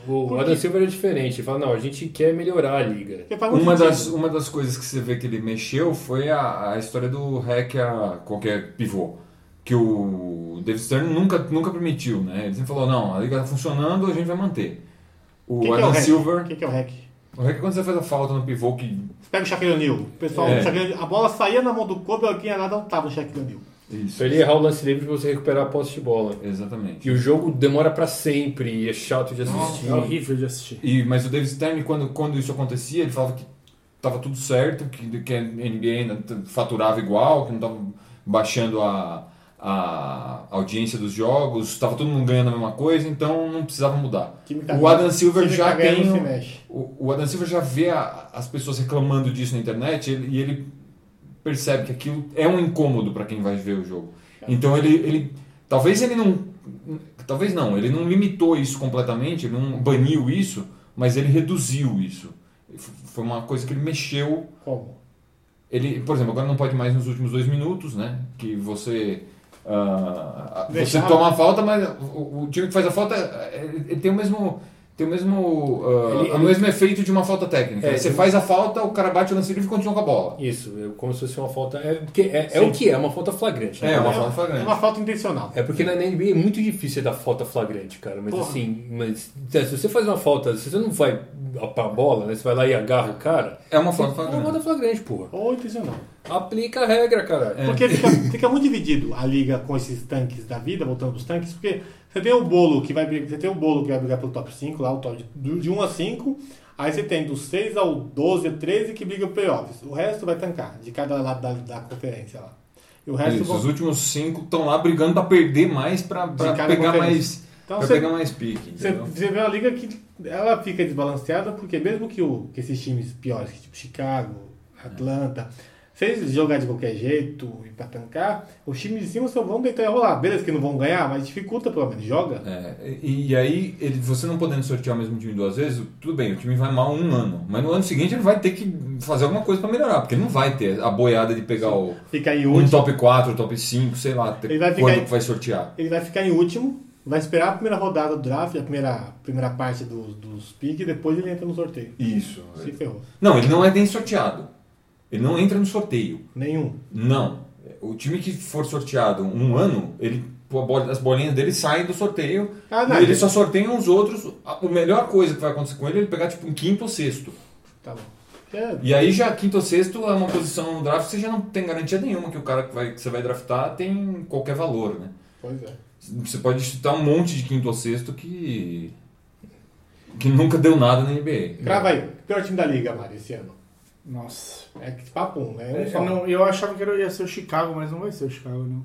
D: O, o Adam Silver é diferente, ele fala, não, a gente quer melhorar a liga.
C: Porque faz muito
B: uma
C: sentido.
B: das, uma das coisas que você vê que ele mexeu foi a, a história do hack a qualquer pivô. Que o David Stern nunca, nunca permitiu, né? Ele sempre falou, não, a liga tá funcionando, a gente vai manter. O
C: que que é
B: Adam
C: o hack?
B: Silver,
C: O que, que é o hack?
B: o hack é quando você faz a falta no pivô que...
C: Você pega o Shaquille O'Neal. O pessoal,
B: É.
C: o Shaquille O'Neal- a bola saía na mão do Kobe, alguém ia lá dar um tapa no Shaquille O'Neal.
B: Isso,
D: Pra Então, ele errar o lance livre pra você recuperar a posse de bola.
B: exatamente.
D: E o jogo demora pra sempre e é chato de assistir.
A: É horrível de assistir.
B: E, mas o David Stern, quando, quando isso acontecia, ele falava que tava tudo certo, que, que a NBA ainda t- faturava igual, que não tava baixando a, a audiência dos jogos, tava todo mundo ganhando a mesma coisa, então não precisava mudar.
C: Time
B: O Adam Silver
C: time
B: já
C: tá ganhando,
B: tem
C: não se
B: um-
C: mexe.
B: O, o Adam Silver já vê a- as pessoas reclamando disso na internet ele- e ele percebe que aquilo é um incômodo para quem vai ver o jogo. Então ele, ele talvez ele não talvez não, ele não limitou isso completamente, ele não baniu isso, mas ele reduziu isso. F- Foi uma coisa que ele mexeu
C: Como?
B: ele, por exemplo, agora não pode mais nos últimos dois minutos, né? Que você. ah, ah, você
C: Deixar.
B: toma a falta, mas o, o time que faz a falta eh, ele, ele tem o mesmo. Tem o mesmo. ah,
D: Ele-
B: o
D: ele-
B: mesmo efeito de uma falta técnica.
D: É,
B: você
D: tem-
B: faz a falta, o cara bate o lance livre e continua com a bola.
D: Isso, é como se fosse uma falta. É, porque é, é o que é, é uma falta flagrante. né?
B: É, uma
C: É
B: falta
C: É
B: grande.
C: uma falta intencional.
D: É porque na NBA é muito difícil dar falta flagrante, cara. Mas
C: Porra.
D: assim, mas, é, se você faz uma falta, se você não vai pra bola, né? Você vai lá e agarra o cara.
B: É uma falta
D: É uma
B: flagrante.
D: falta flagrante, porra.
C: Ou intencional.
D: Aplica a regra,
B: É.
D: caralho.
C: Porque fica, fica muito dividido a liga com esses tanques da vida, voltando pros tanques, porque você tem o bolo que vai brigar, você tem o bolo que vai brigar pelo top 5, lá o top de, de 1 a 5, aí você tem do 6 ao 12, 13 que briga o playoffs. O resto vai tancar, de cada lado da, da conferência lá. E o resto
B: Isso,
C: vão-
B: os últimos cinco estão lá brigando pra perder mais, pra, pra
C: De cada
B: pegar
C: conferência.
B: mais.
C: Então
B: pra
C: você-
B: pegar mais pique.
C: Você,
B: entendeu?
C: você vê uma liga que ela fica desbalanceada, porque mesmo que, o, que esses times piores, que tipo Chicago, Atlanta, se eles jogar de qualquer jeito e pra tancar, os times de cima só vão deitar e rolar. Beleza que não vão ganhar, mas dificulta pelo menos, joga.
B: É, e, e aí, ele- você não podendo sortear o mesmo time duas vezes, tudo bem, o time vai mal um ano. Mas no ano seguinte ele vai ter que fazer alguma coisa pra melhorar, porque ele não vai ter a boiada de pegar o,
C: Fica em
B: um
C: último,
B: top 4, top 5, sei lá,
C: Ele vai ficar
B: quando
C: em-
B: que vai sortear.
C: ele vai ficar em último, vai esperar a primeira rodada do draft, a primeira, primeira parte do- dos piques, e depois ele entra no sorteio.
B: Isso.
C: Se ferrou.
B: Não, ele não é nem sorteado. Ele não entra no sorteio.
C: Nenhum.
B: Não. O time que for sorteado um ano, ele, pô, a bola- as bolinhas dele saem do sorteio.
C: Ah,
B: e
C: não,
B: ele
C: ele-
B: só sorteia os outros. A, a melhor coisa que vai acontecer com ele é ele pegar tipo um quinto ou sexto.
C: Tá bom. É,
B: E aí já quinto ou sexto é uma posição no draft, você já não tem garantia nenhuma que o cara que, vai, que você vai draftar tem qualquer valor, né?
C: pois é.
B: Você pode chutar um monte de quinto ou sexto que. que nunca deu nada na NBA.
C: Crava aí. Pior time da liga, Mari, esse ano.
A: Nossa.
C: É que papo, um, né? Um
A: É,
C: só.
A: não, eu achava que era- ia ser o Chicago, mas não vai ser o Chicago, não.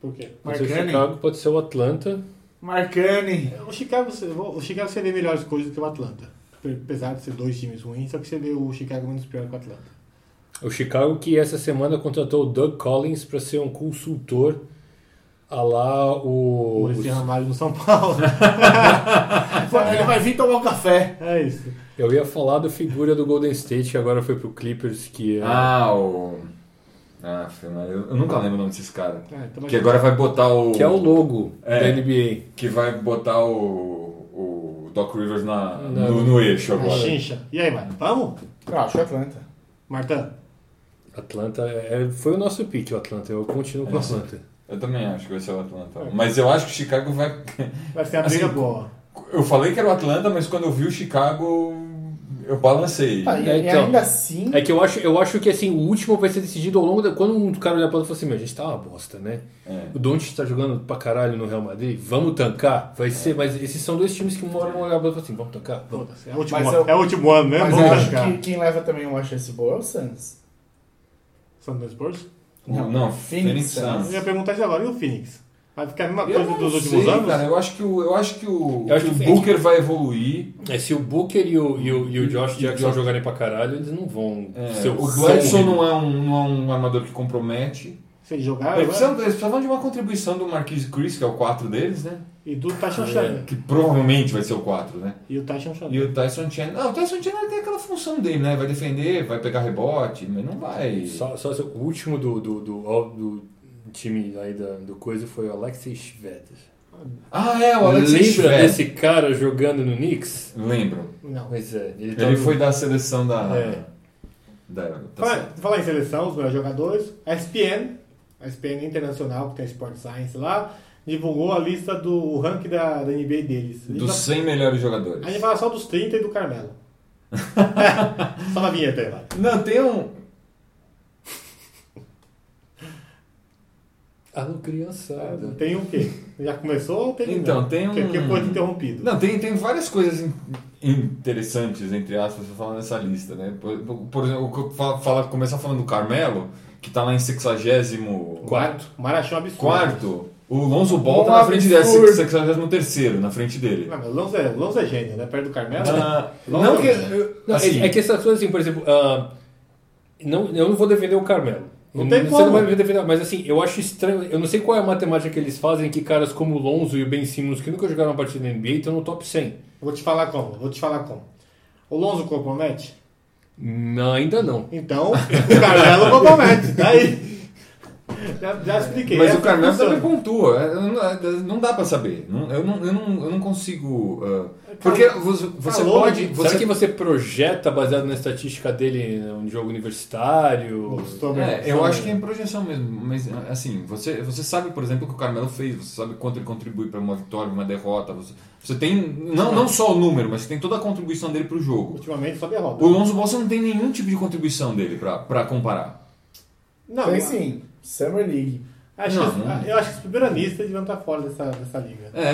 C: Por quê?
D: Pode ser o
A: Marcani.
D: Chicago, pode ser o Atlanta.
A: Marcani.
C: O Chicago, o Chicago você vê melhores coisas que o Atlanta. Apesar de ser dois times ruins, só que você vê o Chicago menos pior que o Atlanta.
D: O Chicago que essa semana contratou o Doug Collins pra ser um consultor a lá
C: O
D: o...
C: Maurício Ramalho no São Paulo. né?
A: Ele vai vir tomar um café.
C: é isso.
D: Eu ia falar da figura do Golden State, que agora foi pro Clippers, que é...
B: Ah, o. Ah, Fernando, eu, eu nunca lembro o nome desses caras.
C: Ah, então vai-
B: Que agora vai botar o.
D: Que é o logo
B: É.
D: da NBA.
B: que vai botar o. o Doc Rivers na,
D: Na-
B: no, no eixo
C: A
B: é agora.
C: chincha. E aí, mano? Vamos?
A: Ah, acho Atlanta.
C: Martã?
D: Atlanta é- é- foi o nosso pique, o Atlanta. Eu continuo com o Atlanta.
B: Eu também acho que vai ser o Atlanta. Mas eu acho que o Chicago vai.
C: Vai ser a briga
B: Assim,
C: boa.
B: Eu falei que era o Atlanta, mas quando eu vi o Chicago, eu balancei.
A: Ah, e,
D: É,
A: e
D: então.
A: ainda assim.
D: É que eu acho, eu acho que assim, o último vai ser decidido ao longo da. Quando um cara olhar pra outro e falar assim, meu, a gente tá uma bosta, né?
B: É.
D: O Doncic tá jogando pra caralho no Real Madrid, vamos tancar? Vai ser, mas esses são dois times que uma hora vão olhar pra outro e falar assim, vamos tancar? Vamos.
C: Foda-se, É o último,
A: Mas
C: ano.
A: eu-
C: é o último ano, né?
A: Mas
C: Vamos
A: eu acho
C: arriscar.
A: que quem leva também uma chance boa é o Suns.
C: São dois Spurs?
B: Não, Phoenix
A: Phoenix
B: Suns.
C: Eu ia perguntar isso agora, e o Phoenix? Vai ficar a mesma
B: Eu
C: coisa
B: não
C: dos
B: sei,
C: últimos anos?
B: Cara, eu acho que o, eu acho que o,
D: Eu acho
B: que o
D: que-
B: Booker vai evoluir.
D: É, se o Booker e o, e o, e o Josh
B: E o
D: Jackson
B: Josh-
D: jogarem pra caralho, eles não vão
B: É,
D: ser
B: o
D: são
B: Gladson
D: horrível.
B: não é, um, não é um armador que compromete.
C: Sem jogar
B: Eles
C: agora?
B: precisavam, eles precisavam de uma contribuição do Marquise Chris, que é o 4 deles, né?
C: E do Tyson Chandler.
B: Que provavelmente vai ser o 4, né?
C: E o Tyson
B: E
C: Chandler.
B: o Tyson Chandler. Ah, o Tyson Chandler tem aquela função dele, né? Vai defender, vai pegar rebote, mas não vai.
D: Só, só se- o último do, do, do, do time aí da, do coisa foi o Alexei Shved.
B: Ah, é, o Alex
D: Lembra
B: Shved.
D: desse cara jogando no Knicks?
B: Lembro.
C: Não.
D: Pois é, ele,
B: Ele
D: tava-
B: foi da seleção da.
D: É.
B: Da. tá
C: Fala-
B: certo.
C: Falar em seleção, os melhores jogadores. A SPN, a SPN Internacional, que tem a Sport Science lá, divulgou a lista do o ranking da, da NBA deles. A gente
B: Dos
C: vai-
B: 100 melhores jogadores.
C: A gente fala só dos 30 e do Carmelo. É, só na vinheta aí, vai.
B: Não, tem um.
D: Alô, criançada.
C: Tem o quê? Já começou ou tem
B: Então,
C: não?
B: tem um-
C: Porque porque foi interrompido.
B: Não, tem, tem várias coisas in- interessantes, entre aspas, pra falar nessa lista, né? Por, por exemplo, o que eu falo, fala- começar falando do Carmelo, que tá lá em 64
D: Quarto.
C: O Mara achou um absurdo.
B: quarto, o Lonzo Ball tá
A: Um
B: na frente dele, é
A: absurdo.
B: 63 na frente dele.
C: Não, mas o Lonzo é, Lonzo é gênio, né? Perto do Carmelo.
B: Ah,
C: Lonzo
B: não que.
C: é gênio.
D: Não, é-
B: assim,
D: é, que essas coisas assim, por exemplo, ah, não, eu não vou defender o Carmelo.
C: Não
D: Eu
C: tem
D: você
C: como.
D: não vai me defender, mas assim, eu acho estranho. Eu não sei qual é a matemática que eles fazem que caras como o Lonzo e o Ben Simmons, que nunca jogaram uma partida na NBA, estão no top 100.
C: Vou te falar como, vou te falar como. O Lonzo compromete?
D: Não, ainda não.
C: Então, o Carmelo compromete, daí. Tá Já, já expliquei.
B: Mas
C: é
B: o Carmelo
C: assim que
B: também
C: funciona.
B: pontua. é, Não, é, não dá pra saber. Não- eu, não, eu, não, eu não consigo. ah, porque você, você
C: Calou,
B: pode.
C: né?
B: Você
D: Será que você projeta baseado na estatística dele um jogo universitário?
C: Os Thomas-
B: É, eu acho que é em projeção mesmo, mas assim, você, você sabe, por exemplo, o que o Carmelo fez, você sabe quanto ele contribui para uma vitória, uma derrota, você, você tem não, não só o número, mas você tem toda a contribuição dele pro jogo.
C: Ultimamente só derrota.
B: O Lonzo Ball você não tem nenhum tipo de contribuição dele pra pra comparar.
C: Não,
A: Tem sim. Então, assim, Summer League.
C: acho
B: Não,
C: que-
B: não.
C: eu acho que os primeiranistas deviam estar fora dessa, dessa liga.
B: É, é,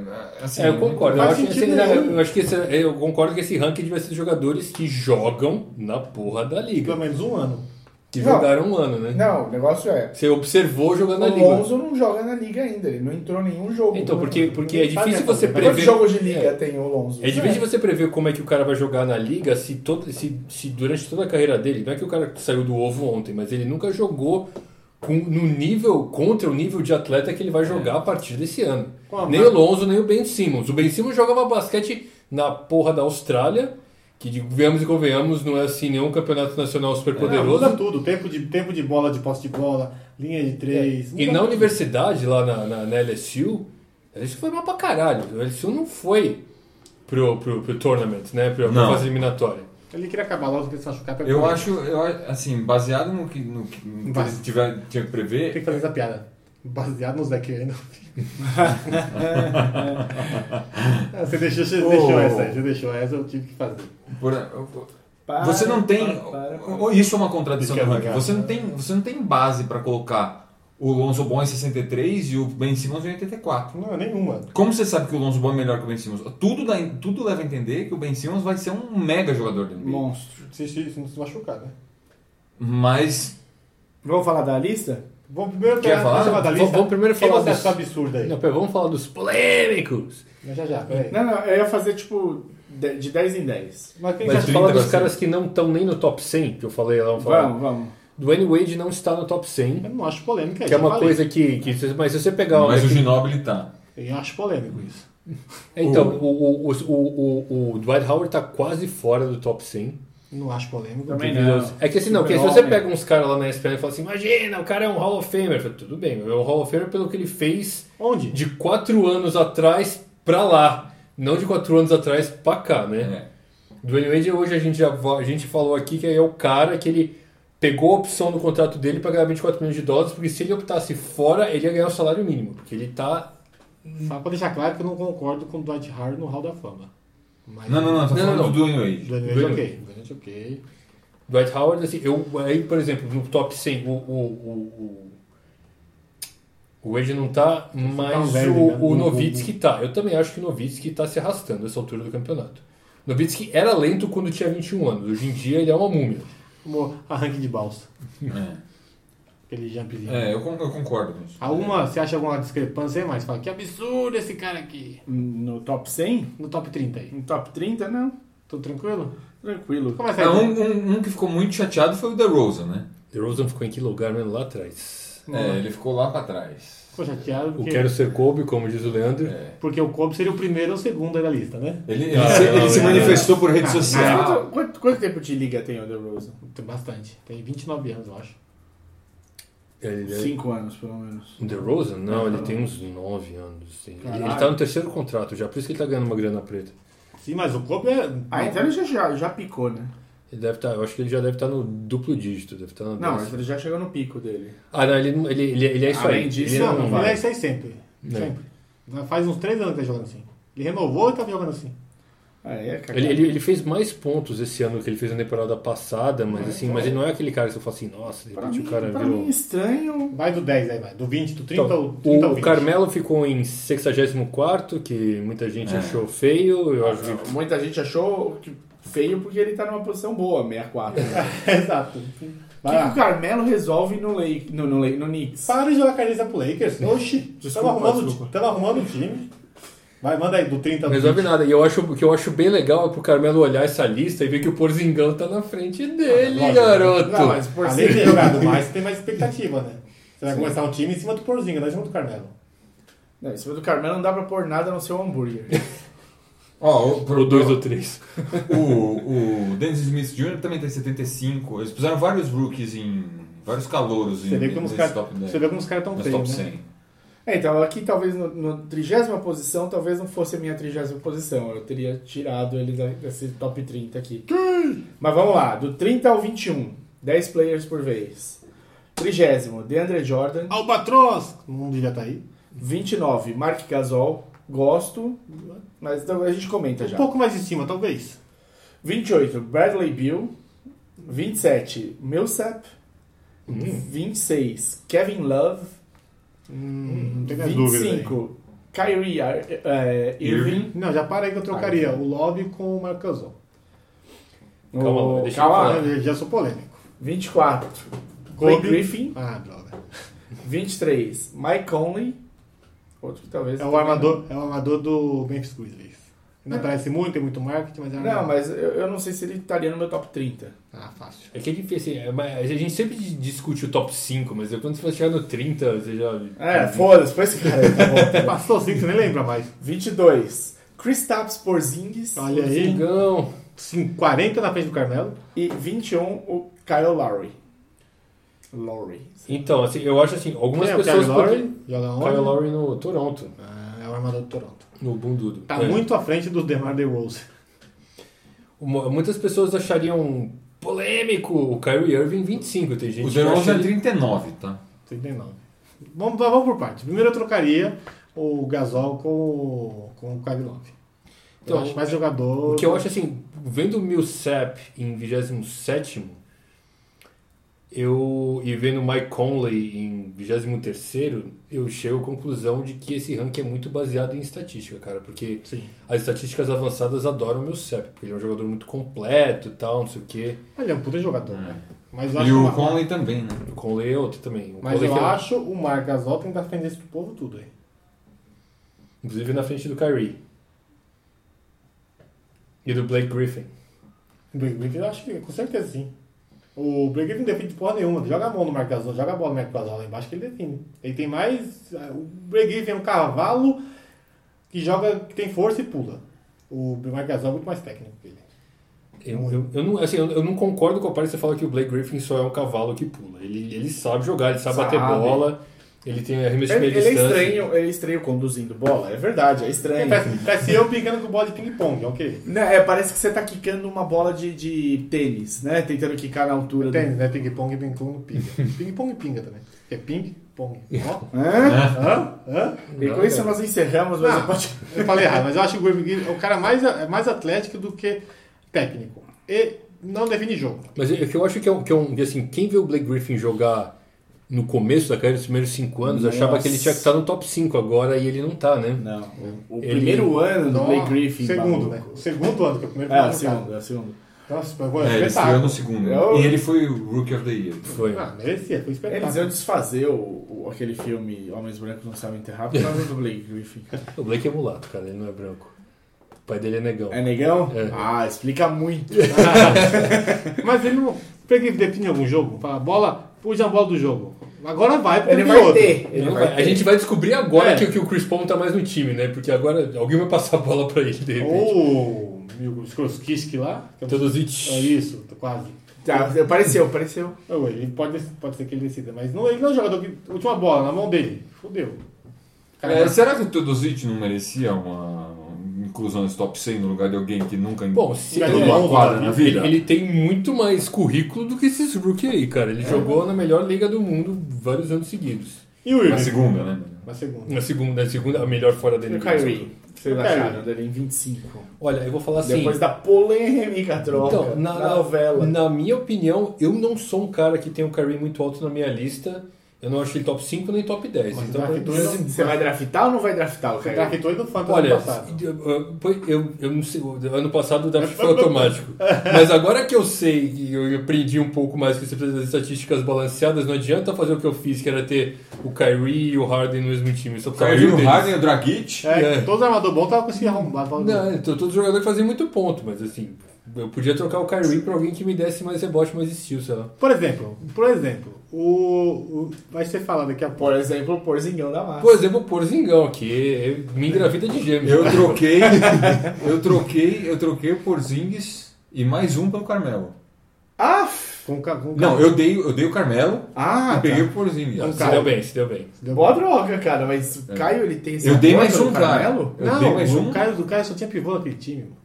B: é, assim,
D: É, eu concordo. Eu
C: Faz
D: acho, que
C: sentido
D: esse- é-
C: nenhum.
D: eu acho que esse- eu concordo que esse ranking devia ser de jogadores que jogam na porra da
C: Pelo
D: liga.
C: menos um ano.
D: Que
A: Não.
D: jogaram um ano, né?
A: Não, o negócio é.
D: Você observou jogando na
A: O
D: liga.
A: Lonzo não joga na liga ainda, ele não entrou em nenhum jogo.
D: Então, porque, porque é
C: Ninguém sabe
D: difícil
C: a
D: você
C: coisa.
A: Quantos
D: prever.
A: jogos de liga tem o Lonzo?
D: É difícil você prever como é que o cara vai jogar na liga se, todo, se, se durante toda a carreira dele. Não é que o cara saiu do ovo ontem, mas ele nunca jogou com, no nível contra o nível de atleta que ele vai jogar a partir desse ano.
C: Ó,
D: nem
C: mas-
D: o Lonzo, nem o Ben Simmons. O Ben Simmons jogava basquete na porra da Austrália, que de- venhamos e convenhamos, não é assim nenhum campeonato nacional super poderoso.
C: Muda tudo. Tempo de, tempo de bola, de posse de bola, linha de três.
D: E
B: É.
C: Muda
D: na
C: tudo.
D: universidade, lá na, na, na LSU, a LSU foi mal pra caralho. A LSU não foi pro, pro, pro tournament, né? Pra, pra
B: Não.
D: fase eliminatória.
C: Então, Ele queria acabar logo, porque se machucar pra
B: Eu acho, eu acho, assim, baseado no que, no, que- no que
C: Vai.
B: eles tiver, tinha que
C: Tem
B: prever,
C: que fazer essa piada. Baseado nos Zac ainda. você deixou, você
B: Oh.
C: deixou essa aí, você deixou essa, eu tive que fazer.
B: por-
A: é? Para,
B: Você não tem.
A: para, para, para.
B: ou Isso é uma contradição do
C: Fica
B: ranking.
C: devagar.
B: Você não tem, você não tem base para colocar o Lonzo Ball em 63 e o Ben Simmons em 84.
C: Não, nenhuma.
B: Como você sabe que o Lonzo Ball é melhor que o Ben Simmons? Tudo, dá- tudo leva a entender que o Ben Simmons vai ser um mega jogador da NBA.
A: Monstro.
C: Se, se, se não se machucar, né?
B: Mas.
A: Vamos falar da lista?
C: Vamos primeiro
B: Quer falar?
C: deixa eu falar da
D: V-
C: lista.
D: vamos primeiro
C: Quem
D: falar
C: você
D: dos-
C: achou absurdo aí?
D: Não, pera, vamos falar dos polêmicos.
C: Mas Já já, peraí.
A: Não, não, eu ia fazer tipo de de 10 em 10.
C: Mas quem
B: Mas
C: você
D: A
C: achou?
D: gente
B: trinta
D: fala dos
B: pra
D: caras que não estão nem no top 100, que eu falei lá.
A: Vamos, vamos.
D: Dwayne Wade não está no top 100,
C: Eu não acho polêmico aí.
D: que é
C: já
D: uma
C: falei.
D: coisa que... que se- mas se você pegar... uma-
B: mas o Ginobili tá.
C: Eu acho polêmico isso.
D: Então, o, o, o, o, o Dwight Howard tá quase fora do top 100.
C: Não acho polêmico.
A: Também
C: porque-
A: não.
D: É que assim, não, porque se você
A: Super-homem.
D: pega uns caras lá na SPN e fala assim, imagina, o cara é um Hall of Famer. Eu falo, Tudo bem, é um Hall of Famer pelo que ele fez
C: Onde?
D: de quatro anos atrás pra lá. Não de quatro anos atrás pra cá, né?
B: É.
D: Dwayne Wade hoje a gente já va- a gente falou aqui que é o cara que ele pegou a opção do contrato dele para ganhar 24 milhões de dólares, porque se ele optasse fora, ele ia ganhar o salário mínimo, porque ele tá.
C: Só pra deixar claro que eu não concordo com o Dwight Howard no Hall da Fama. Mas-
B: Não, não, não, tá tô
D: Não,
B: falando
D: não, não.
B: do Dwayne Wade.
C: Dwayne Wade, é ok. Dwayne Wade, ok.
D: Dwight Howard, assim, eu aí, por exemplo, no top 100, o. o, o, o o Wade não tá,
C: tá um
D: mas
C: velho, né?
D: o, o
C: Um-
D: Novitsky tá. Eu também acho que o Novitsky tá se arrastando nessa altura do campeonato. Novitsky era lento quando tinha 21 anos, hoje em dia ele é uma múmia.
C: Como arranque de balsa. Aquele jumpzinho.
B: É, eu, con- eu concordo com isso.
C: Alguma, você acha alguma discrepância aí, mas fala que absurdo esse cara aqui.
A: No top 100?
C: No top 30 aí.
A: No top 30? Não.
C: Tô tranquilo?
A: Tranquilo.
C: Começa aí.
B: É, um, um- um que ficou muito chateado foi o The Rosa, né?
D: The Rosen ficou em que lugar mesmo lá atrás?
B: É, ele ficou lá pra trás.
C: Ficou chateado
D: O é
C: porque,
D: Quero Ser Kobe, como diz o Leandro.
B: É.
C: porque o Kobe seria o primeiro ou o segundo aí da lista, né?
B: Ele, ele
D: Não,
B: se,
D: não,
B: ele se
D: não,
B: manifestou por rede
C: não.
B: social.
A: Quanto, quanto- quanto tempo de liga tem o The Rose?
C: Tem bastante. Tem 29 anos, eu acho.
D: Ele, é ele-
A: Cinco anos, pelo menos.
D: O The Rosen? Não, ele tem uns 9 anos. assim. Ele, ele
A: Caralho.
D: tá no terceiro contrato já, por isso que ele tá ganhando uma grana preta.
C: Sim, mas o Kobe é...
A: Ah, então ele já, já, já picou, né?
D: Ele deve tá, eu acho que ele já deve estar no duplo dígito, deve estar na
A: Não,
D: décima.
A: mas ele já chegou no pico dele.
D: Ah, não, ele, não- ele, ele, ele é isso
A: Além
D: aí.
A: disso,
D: ele
C: não,
A: não
C: ele
A: vai.
C: é isso aí sempre.
D: Não.
C: Sempre. Já Faz uns 3 anos que tá jogando assim. Ele renovou e tá jogando assim.
A: Ah, é, cara.
D: Ele, ele, ele fez mais pontos esse ano que ele fez na temporada passada, mas assim, mas ele não é aquele cara que você fala assim, nossa, de
A: Pra
D: repente
A: mim,
D: o cara
A: pra
D: virou.
A: mim, é estranho.
C: Vai do 10 aí, vai. Do 20, do 30
D: Então,
C: ao 30 ao
D: o,
C: 20.
D: Carmelo ficou em 64, que muita gente
B: É.
D: achou feio. Eu acho que
A: Muita gente achou que feio porque ele tá numa posição boa, 64. né?
C: Exato.
A: O
C: Vai
A: que, que o
C: lá.
A: Carmelo resolve no, Lake, no, no, Lake- no Knicks?
C: Para de jogar camisa pro Lakers. Oxi.
A: Desculpa,
C: tava, arrumando,
A: desculpa.
C: tava arrumando o time. Vai, manda aí, do 30
D: não
C: ao
D: resolve
C: 20.
D: nada. E eu acho, o que eu acho bem legal é pro Carmelo olhar essa lista e ver que o Porzingão tá na frente dele,
C: lógico.
D: garoto.
A: Não, mas por
C: Além de ter
A: ser...
C: jogado mais, você tem mais expectativa, né? Você vai começar um time em cima do Porzinho, não em cima do Carmelo.
A: Não, em cima do Carmelo não dá pra pôr nada no seu hambúrguer.
B: Ó, o,
D: Ou dois ou três.
B: o, o Dennis Smith Jr. também tá tem 75. Eles puseram vários rookies em. vários calouros
C: Você
B: em,
C: vê como os
B: nesse
C: caras
B: top 10.
C: você vê como os caras tão
B: nesse top
C: feios, né?
B: 100.
A: É, então aqui talvez no, no trigésima posição, talvez não fosse a minha trigésima posição. Eu teria tirado ele da- desse top 30 aqui. Mas vamos lá, do 30 ao 21, 10 players por vez. Trigésimo, DeAndre Jordan.
C: Albatroz! Não devia estar aí.
A: 29, Mark Gasol. Gosto, mas então a gente comenta
C: Um
A: já.
C: pouco mais em cima, talvez.
A: 28, Bradley Bill. 27, Millsap. 26, Kevin Love.
C: Hum, não tem mais dúvida. aí.
A: 25, Kyrie Ar- eh, Irving.
C: Não, já para aí que eu trocaria o Love com o Marcasol.
D: Calma lá,
A: O-
D: deixa eu
A: calma lá.
D: falar.
C: Eu já sou polêmico.
A: 24, Blake
C: Kobe.
A: Griffin.
C: Ah, droga.
A: 23, Mike Conley. Outro que talvez...
C: É o armador, é o armador do Memphis Grizzlies. Não aparece muito, tem muito marketing, mas é
A: Não,
C: armador.
A: mas eu, eu não sei se ele estaria no meu top 30.
C: Ah, fácil.
D: É que é difícil, assim, é, mas a gente sempre discute o top 5, mas quando você vai chegar no 30, você já.
A: É, foda-se, foi esse cara aí, tá bom.
C: Passou cinco, você nem lembra mais.
A: 22, Kristaps Porzingis.
C: Olha aí.
D: Zingão.
C: Sim, 40 na frente do Carmelo.
A: E 21, o Kyle Lowry. Lowry.
D: Então, assim, eu acho assim, algumas
C: Quem é o
D: pessoas.
C: Kyle Lowry?
D: poderiam-
C: Joga onde?
D: Kyle Lowry no Toronto,
C: Ah, é o armador do Toronto.
D: no Bundudo.
C: Tá
D: É.
C: muito à frente do DeMar DeRozan.
D: Mu- Muitas pessoas achariam polêmico o Kyrie Irving 25, tem gente
B: O
D: que acha
B: Deron é
D: ele-
B: 39, tá?
C: 39. Vamos, vamos por parte. Primeiro eu trocaria o Gasol com, o- com o Kavilov.
D: Então,
C: eu acho mais jogador.
D: O que eu acho assim, vendo o Millsap em 27 eu e vendo o Mike Conley em 23 eu chego à conclusão de que esse ranking é muito baseado em estatística, cara, porque
C: Sim.
D: as estatísticas avançadas adoram o Millsap, porque ele é um jogador muito completo e tal, não sei o quê.
C: Ele é um puta jogador, né? Mas eu
B: E
C: acho,
B: o
C: uma-
B: Conley também, né?
D: O Conley é outro também. O
C: mas
D: Conley
C: eu
D: que é-
C: acho o Marc Gasol tem que estar frente desse povo tudo aí.
D: Inclusive na frente do Kyrie. E do Blake Griffin.
C: O Blake Griffin eu acho que com certeza sim. O Blake Griffin não defende porra nenhuma. Ele joga a mão no Marc Gasol, joga a bola no Marc Gasol lá embaixo que ele defende. Ele tem mais... O Blake Griffin é um cavalo que joga, que tem força e pula. O Marc Gasol é muito mais técnico que ele.
D: Eu, eu, eu não, assim, eu, eu não concordo com a parte que você fala que o Blake Griffin só é um cavalo que pula. Ele, ele sabe jogar, ele sabe,
A: Sabe.
D: bater bola. Ele tem arremesso de
A: Ele, ele
D: meia
A: é
D: distância.
A: estranho, ele é estranho conduzindo bola, é verdade, é estranho.
C: Parece, parece eu brincando com bola de ping-pong, ok?
A: Não, é, parece que você tá quicando uma bola de, de tênis, né? Tentando quicar na altura do.
C: Tênis, né? Ping-pong, ping-pong, pinga. Ping-pong e pinga também. É ping-pong. Ó.
A: Hã?
C: Hã? Hã?
A: E com isso nós encerramos, um mas
C: Não.
A: eu posso-
C: Eu falei errado, mas eu acho que o Guimiguim é o cara mais, é mais atlético do que técnico. E não define jogo.
D: Mas é que eu acho que é um, que é um- assim, quem vê o Blake Griffin jogar no começo da carreira, nos primeiros cinco anos,
A: Nossa.
D: achava que ele tinha que estar no top 5 agora e ele não tá, né?
A: Não, o, o
D: Ele-
A: primeiro ano do Blake
C: Ó,
A: Griffin.
C: Então, Segundo,
A: maluco.
C: né? O segundo ano, que é o primeiro
A: É,
C: ano,
A: o
C: cara.
A: segundo, é o segundo.
C: Nossa, foi um
B: É, ele estreou no
C: espetáculo.
B: segundo.
A: Eu-
B: E ele foi o Rookie of the Year.
D: Foi.
C: Ah, merecia, foi um
A: Eles
C: espetáculo.
A: iam desfazer o, o- aquele filme Homens Brancos Não Sabem Enterrar por causa do Blake Griffin.
D: O Blake é mulato, cara, ele não é branco. O pai dele é negão.
A: É negão?
D: É.
A: Ah, explica muito.
C: Mas ele não. Pra que define algum jogo? Fala, bola, puxa a bola do jogo. Agora vai, porque
A: Ele
C: não tem
A: vai
C: outro.
A: ter. Ele
D: Não,
A: vai
D: a
A: ter.
D: gente vai descobrir agora
C: É.
D: que, que o Chris Paul não tá mais no time, né? Porque agora alguém vai passar a bola pra ele, de repente.
C: Ou o Skroskiski lá. que é um-
D: Todos
C: É
D: it.
C: isso, tô quase.
A: Tá, apareceu, apareceu.
C: Não, ele pode, pode ser que ele decida, mas não, ele não é um jogador que. Última bola na mão dele. Fudeu. Cara,
B: É, será que o Teodosic não merecia uma uma inclusão nesse top 100 no lugar de alguém que nunca
D: Bom, se
C: Ele
B: entrou
D: ele,
C: é
B: numa
C: um
B: quadra
C: cara,
B: na
D: ele,
B: vida?
D: ele tem muito mais currículo do que esses rookie aí, cara.
A: É.
D: Ele jogou na melhor liga do mundo vários anos seguidos.
C: E o
B: Na
C: Irving?
B: segunda, né?
C: Na segunda.
D: Na segunda, na segunda a melhor fora
A: E
D: dele.
A: o Kyrie? Vocês
C: O
A: acharam
C: Kyrie.
A: dele em 25?
D: Olha, eu vou falar assim.
A: Depois da polêmica troca
D: Então, na,
A: da novela.
D: na minha opinião, eu não sou um cara que tem o Kyrie muito alto na minha lista. Eu não acho ele top 5 nem top 10.
C: Mas
D: então,
C: vai
D: pra
C: que
D: mim,
C: tu
D: dois-
A: Você vai draftar ou não vai draftar o
C: Você
A: Kyrie?
C: draftou ele no Fantasy
D: Olha,
C: ano Tá passado.
D: eu, eu, eu não sei, o ano passado o draft foi automático.
B: É.
D: Mas agora que eu sei e eu aprendi um pouco mais que você precisa das estatísticas balanceadas, não adianta fazer o que eu fiz, que era ter o Kyrie e o Harden no mesmo time. Só
B: O
D: precisava de um
B: Kyrie, o
D: deles.
B: Harden, o Dragic.
C: É,
D: é.
C: todos os armadores bons estavam conseguindo arrombar. tava-
D: Não, então, todos os jogadores faziam muito ponto, mas assim, eu podia trocar o Kyrie pra alguém que me desse mais rebote, mais estilo, sei lá.
C: Por exemplo, por exemplo, o, o- vai ser falado daqui a pouco.
A: é, Por exemplo, o Porzingão da Massa.
D: Por exemplo, o Porzingão, que é, me engravida de gêmeos.
B: Eu troquei, eu troquei, eu troquei o Porzingis e mais um pelo Carmelo.
A: Ah!
C: Com, ca- com,
B: Não, eu dei, eu dei o Carmelo
A: Ah!
B: e peguei
A: Tá.
B: o Porzingis.
C: Não,
D: Se deu bem, se deu bem.
C: Deu-
A: Boa droga, cara, mas o Caio ele tem esse
B: Eu dei
A: apoio
B: mais
A: do
B: um, cara.
A: Carmelo?
B: Eu dei mais
C: o
B: um.
C: Caio, do Caio só tinha pivô naquele time. mano.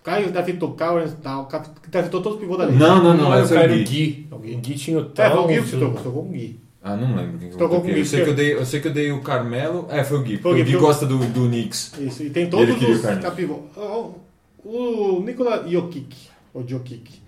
C: O Caio draftou Cowers e tal, cap- draftou todos os pivôs da lista.
B: Não, não, Tá não,
D: era é o
B: esse era
D: cara
B: o
D: o
B: Gui.
D: Gui. O Gui tinha o
C: É, foi o
D: tal.
C: Gui que tocou, tocou com o Gui.
B: Ah, não lembro quem que eu troquei.
C: Tocou com o
B: Eu
C: Gui,
B: sei que eu
C: porque-
B: dei, eu sei que eu dei o Carmelo. É, foi o Gui.
C: Foi o
B: Porque o
C: Gui,
B: Gui
C: porque eu-
B: gosta do, do Knicks.
C: Isso, e tem
B: Ele
C: todos
B: queria o
C: os
B: Carlinhos.
C: capivô. O, o Nikola Jokic, o Jokic,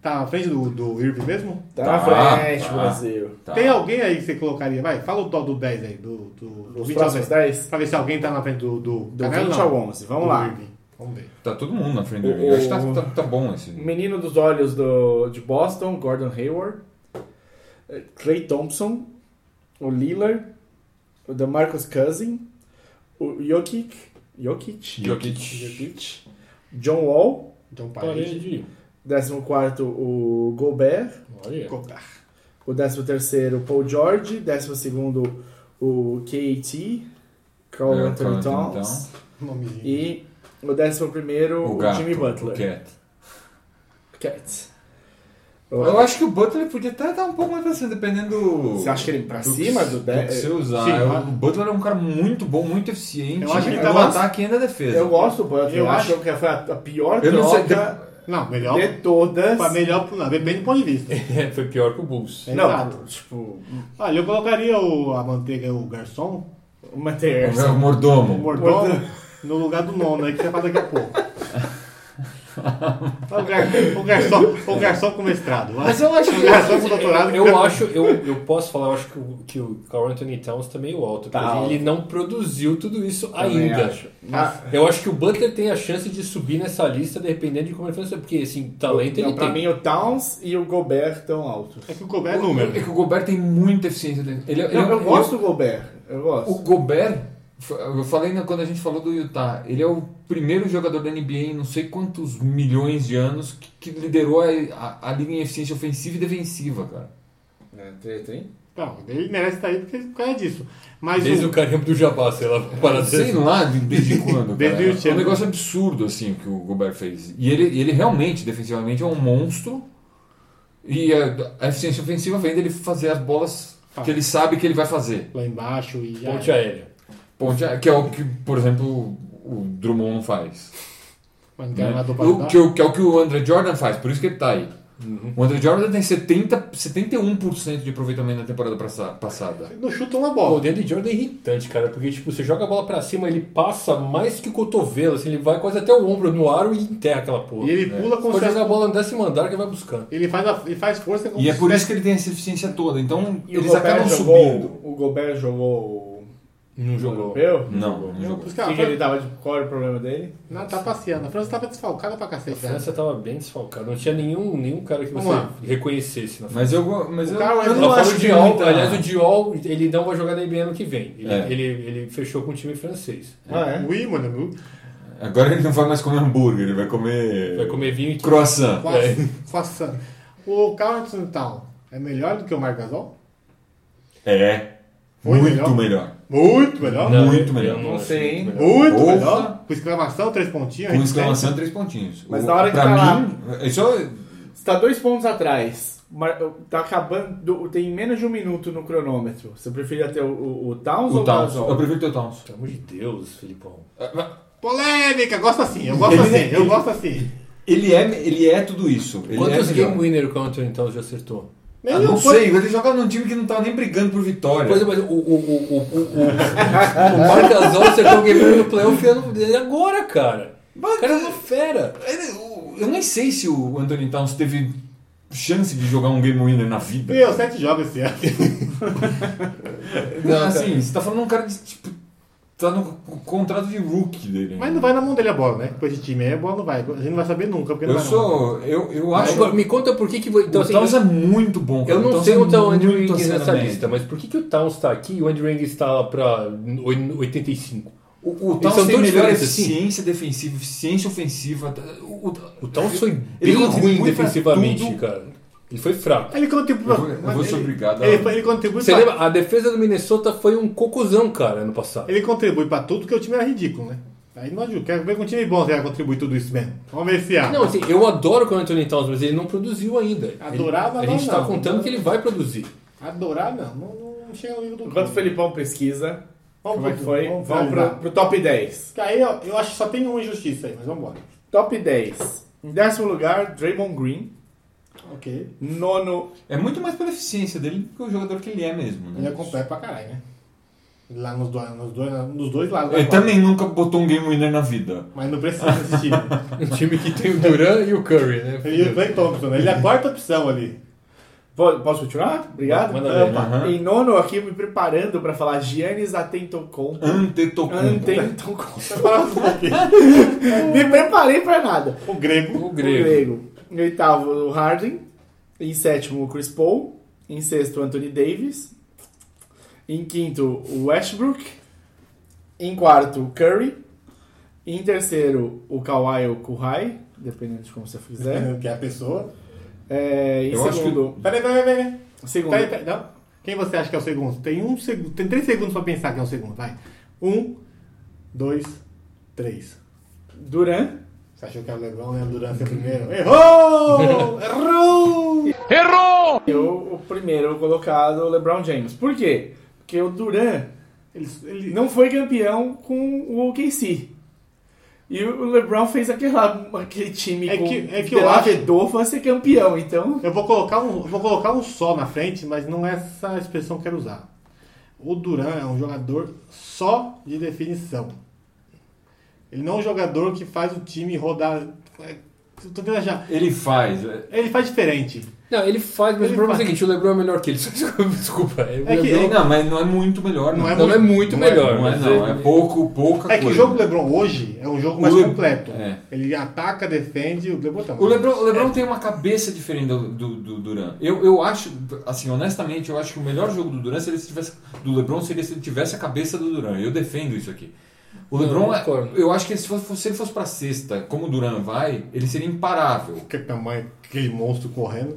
C: tá à frente do, do Irving mesmo?
A: Tá,
B: Tá,
A: na frente,
B: tá.
A: Brasil.
B: Tá.
C: Tem alguém aí que você colocaria? Vai, fala o do, do 10 aí, do, do, do
A: Os
C: 20 ao
A: próximos
C: 10.
A: 10?
C: Pra ver se alguém tá na frente do. Do,
A: Do
C: Canelo,
A: 20
C: não.
A: ao 11, vamos
C: Do
A: lá.
C: Irving. Vamos ver.
B: Tá todo mundo na frente
A: O-
B: do Gui. Acho que
A: o-
B: tá, tá, tá bom esse.
A: Menino dos Olhos do, de Boston, Gordon Hayward. Eh, Clay Thompson. O Lillard. O DeMarcus Cousin. O Jokic. Jokic.
B: Jokic.
A: Jokic. John Wall.
C: Então, parede.
D: Parede.
A: 14 o Gobert.
D: Olha.
C: Cotar.
A: O 13 o Paul George. 12 o KT. Carl
B: É, o Karl
A: Anthony
B: Anthony
A: Towns.
B: Towns.
C: Nomezinho.
A: E o 11 o,
B: O
A: o
B: gato.
A: Jimmy Butler.
B: O Cat.
A: Cats.
B: Eu acho que o Butler podia até dar um pouco mais pra cima, dependendo. do-
A: Você acha que ele é pra
B: do que-
A: cima do
B: do que
A: 10?
B: você usar.
C: Sim,
B: Eu-
C: mas-
B: o Butler é um cara muito bom, muito eficiente.
C: Eu acho que ele
B: no
C: tava-
B: ataque e na defesa.
A: Eu gosto do Butler.
C: Eu
A: Eu acho que foi a a pior
B: Eu não sei,
A: troca
C: Não, melhor.
A: de todas.
C: Pra melhor, não, depende do ponto de vista.
D: É, foi pior que o Bulls.
C: É
A: Não,
C: exato.
A: tipo,
C: Olha, eu colocaria o, a manteiga, o garçom,
A: uma
B: é O meu
A: terça.
C: o
B: mordomo.
C: mordomo,
A: Mordomo.
C: no lugar do nono aí que você faz daqui a pouco. O, gar, o, garçom, o garçom com mestrado. vai.
B: Mas eu acho
C: o
B: que-
C: garçom com doutorado.
D: Eu acho, eu, eu posso falar, eu acho que o, que o Carl Anthony Towns tá meio alto.
A: Tá
D: porque
A: alto.
D: Ele não produziu tudo isso
A: Também
D: ainda.
A: acho.
D: Ah, eu acho que o Butler tem a chance de subir nessa lista, dependendo de como ele faz, porque assim, talento
A: Não,
D: ele
A: pra
D: tem.
A: mim, o Towns e o Gobert estão altos.
C: É que o Gobert é
B: É
C: número.
B: que o Gobert tem muita eficiência. dele. Ele, é, ele- um-
A: Não, eu
B: ele-
A: gosto do Gobert. Eu gosto.
B: O Gobert, eu falei na- quando a gente falou do Utah, ele é o primeiro jogador da NBA em não sei quantos milhões de anos que, que liderou a, a, a liga em eficiência ofensiva e defensiva, cara.
A: É, tem, tem.
C: Não, ele merece estar aí porque por causa disso. Mas
D: Desde
C: o,
D: o carimbo do Jabá, sei lá, para
B: Sei lá de- desde quando, cara.
C: Desde o
B: é um
C: Utah.
B: negócio absurdo, assim, o que o Gobert fez. E ele, ele realmente, defensivamente, é um monstro. E a, a eficiência ofensiva vem dele fazer as bolas que ele sabe que ele vai fazer.
C: lá embaixo e já
D: Ponte aérea.
B: Ponte aérea, que é o que, por exemplo, o Drummond não faz.
C: Mas não
B: né?
C: quero nada do
B: O,
C: Paraná.
B: que, o- que é o que o Andre Jordan faz, por isso que ele tá aí. O Andre Jordan tem 70, 71% de aproveitamento na temporada passa- passada.
C: Não chuta uma
D: Pô,
C: bola.
D: o Dandy Jordan é irritante, cara, porque tipo, você joga a bola pra cima, ele passa mais que o cotovelo, assim, ele vai quase até o ombro no aro e enterra aquela porra.
C: E ele
B: É.
C: pula com
D: Pode
C: certeza.
D: jogar a bola no décimo andar que vai buscando.
C: Ele faz, a- ele faz força com
B: E é por isso que ele tem essa eficiência toda. Então,
A: E
B: eles
A: o Gobert
B: acabam
A: jogou,
B: subindo.
A: O Gobert jogou
D: Não
A: o
D: jogou.
A: europeu?
B: Não, não
C: Não, por
B: jogou.
C: isso que
A: O
C: a
A: que, que ele
C: Fran-
A: tava de qual era o problema dele?
C: Não, tá passeando. A França tava desfalcada pra
D: A
C: cacete. né?
D: França tava bem desfalcada, não tinha nenhum, nenhum cara que
C: Vamos
D: você
C: lá.
D: reconhecesse na França.
B: Mas eu, go- mas
C: O
B: eu,
C: cara
B: eu
C: é
B: não
D: Ela fala
B: acho
D: o
B: que
D: Diol,
B: muita-
D: aliás, o Diol, ele não vai jogar na NBA ano que vem. Ele,
B: É.
D: ele, ele fechou com o time francês.
A: Ah, é?
C: Oui, mon ami.
B: Agora ele não vai mais comer hambúrguer, ele vai comer...
D: Vai comer vinho e
B: Croissant.
C: Façando. O Carlton Town é melhor do que o Marc Gasol?
B: É.
C: Foi
B: muito
C: melhor?
B: melhor.
C: Muito melhor.
B: Não. Tá Muito melhor.
D: eu
A: Não
D: acho
A: sei,
D: muito
A: hein?
D: melhor.
C: Muito
B: Porra.
C: melhor. Com exclamação, três pontinhos.
B: Com
C: a gente
B: exclamação, três pontinhos.
A: Mas
B: O-
A: na hora que
B: pra
A: tá
B: mim, isso é-
A: Você tá dois pontos atrás. Mar- Tá acabando. Tem menos de um minuto no cronômetro. Você preferia ter o, o, o Towns ou
B: o
A: o
B: Towns.
A: Gasol?
B: Eu prefiro ter o Towns.
D: Pelo amor de Deus, Filipão.
C: tem. Polêmica, gosto assim, eu gosto assim, eu gosto assim.
B: Ele é, ele é tudo isso. Ele
D: Quantos
B: é melhor.
D: game winner o Anthony então já acertou?
B: Ah, não sei, ele joga num time que não tá nem brigando por vitória.
D: Pois é, mas o, o, o, o, o, o, o Marc Gasol acertou o game winner no playoff e eu não- ele agora, cara. O cara é uma fera.
B: Ele- o- Eu nem sei se o Anthony Towns teve chance de jogar um game winner na vida.
C: Meu, sete jogos esse ano.
B: Não, assim, você tá falando um cara de tipo. Tá no co- contrato de rookie dele.
C: Mas não vai na mão dele a bola, né? Depois de time aí a bola não vai. A gente não vai saber nunca, porque não
B: Eu
D: é
C: vai na mão.
B: sou. Eu, eu acho.
D: Agora, me conta por que que... vo- Então,
B: o
D: assim,
B: Towns é muito bom. cara.
D: Eu não
B: Towns
D: sei
B: é
D: onde tá o Andrew
B: muito
D: Wiggins
B: acima da
D: nessa
B: média.
D: lista, mas por que, que o Towns tá aqui e o Andrew Wiggins tá lá pra 85?
B: O, o
D: Eles
B: Towns
D: são
B: tem melhor
D: tão diferentes assim?
B: eficiência defensiva, eficiência ofensiva. O, o,
D: O Towns foi
B: Ele
D: bem
B: contribui
D: ruim
B: pra
D: defensivamente,
B: tudo.
D: cara. Ele foi fraco.
C: Ele contribui.
B: Eu vou- eu
C: mas
B: vou ser
C: ele-
B: obrigado a-
C: Ele, ele contribui
D: Você
C: pra,
D: lembra? A defesa do Minnesota foi um cocôzão, cara, ano passado.
C: Ele contribui pra tudo, porque o time era ridículo, né? Aí não ajuda. Quero ver com um time bom se ele vai contribuir tudo isso mesmo. Vamos ver se há.
D: Não, assim, eu adoro o Anthony Towns, mas ele não produziu ainda.
C: Adorava,
D: ele, A
C: não,
D: gente tá
C: não.
D: contando que ele vai produzir.
C: Adorar, não. Não, não chega ao nível do
A: Enquanto o
C: Felipe.
A: Felipão pesquisa,
C: Vamos
A: como é
C: pro-
A: que foi?
C: vamos
A: Vamos
C: finalizar.
A: pro, pro top 10.
C: Porque Aí ó, eu acho que só tem uma injustiça aí, mas vamos embora.
A: Top 10. Em décimo lugar, Draymond Green.
C: Ok.
A: Nono.
B: É muito mais pela eficiência dele do que o jogador que ele é mesmo. Né?
C: Ele é completo pra caralho, né? Lá nos dois, nos dois, nos dois lados. da
B: Ele
C: quadra.
B: também nunca botou um game winner na vida.
C: Mas não precisa desse time.
D: Um time que tem o Duran e o Curry, né?
C: Ele e o Clay Thompson, né? ele é a quarta opção ali.
A: Po- Posso continuar? Obrigado.
D: Manda ver.
A: Opa.
B: Aham.
A: Em nono, aqui me preparando pra falar Giannis Atentocompo.
B: Antetokounmpo.
A: Antetokounmpo.
C: Vai falar um pouquinho.
A: me preparei pra nada.
C: O grego.
D: O
A: O
D: grego.
A: grego. Em oitavo, o Harden. Em sétimo, o Chris Paul. Em sexto, o Anthony Davis. Em quinto, o Westbrook. Em quarto, o Curry. Em terceiro, o Kawhi ou Kuhai, dependendo de como você fizer.
C: Que é a pessoa.
A: É, em
B: Eu acho
A: segundo,
C: Peraí, peraí, peraí.
A: segundo
C: Peraí, peraí, não. Quem você acha que é o segundo? Tem um segundo. Tem três segundos pra pensar que é o segundo, vai. Um, dois, três.
A: Duran.
C: Você achou que era o Lebron, né? Durante o primeiro. Errou! Errou!
A: E o, o primeiro colocado, o LeBron James. Por quê? Porque o Duran
C: Ele, ele-
A: não foi campeão com o OKC. E o LeBron fez aquela, aquele time
C: É
A: com
C: que- é que eu acho-
A: Vedova ser campeão, então...
C: Eu vou colocar, um, eu vou colocar um só na frente, mas não é essa a expressão que eu quero usar. O Duran é um jogador só de definição. Ele não é um jogador que faz o time rodar. é, eu tô tentando achar.
B: Ele faz. é-
C: Ele faz diferente.
D: Não, ele faz, mas
C: Ele
D: o problema é o
C: faz.
D: seguinte, o Lebron é melhor que ele. Desculpa. É,
C: É que-
B: Não, mas não é muito melhor. Não,
C: Não é
D: Não é muito
B: Não é-
D: melhor.
B: Não é,
D: mas
B: não. É
D: ele-
B: pouco, pouca
C: É que o
B: coisa.
C: jogo do LeBron hoje é um jogo mais
B: Le-
C: completo.
B: é.
C: Ele ataca, defende, o LeBron tá também.
B: O LeBron, o
D: É.
B: LeBron tem uma cabeça diferente do, do, do Duran. Eu, eu acho, assim, honestamente, eu acho que o melhor jogo do Duran seria se tivesse do LeBron seria se ele tivesse a cabeça do Duran. Eu defendo isso aqui. O
D: Não,
B: LeBron,
D: eu concordo.
B: eu acho que se, fosse, se ele fosse pra sexta, como o Duran vai, ele seria imparável.
C: Que tamanho, aquele monstro correndo.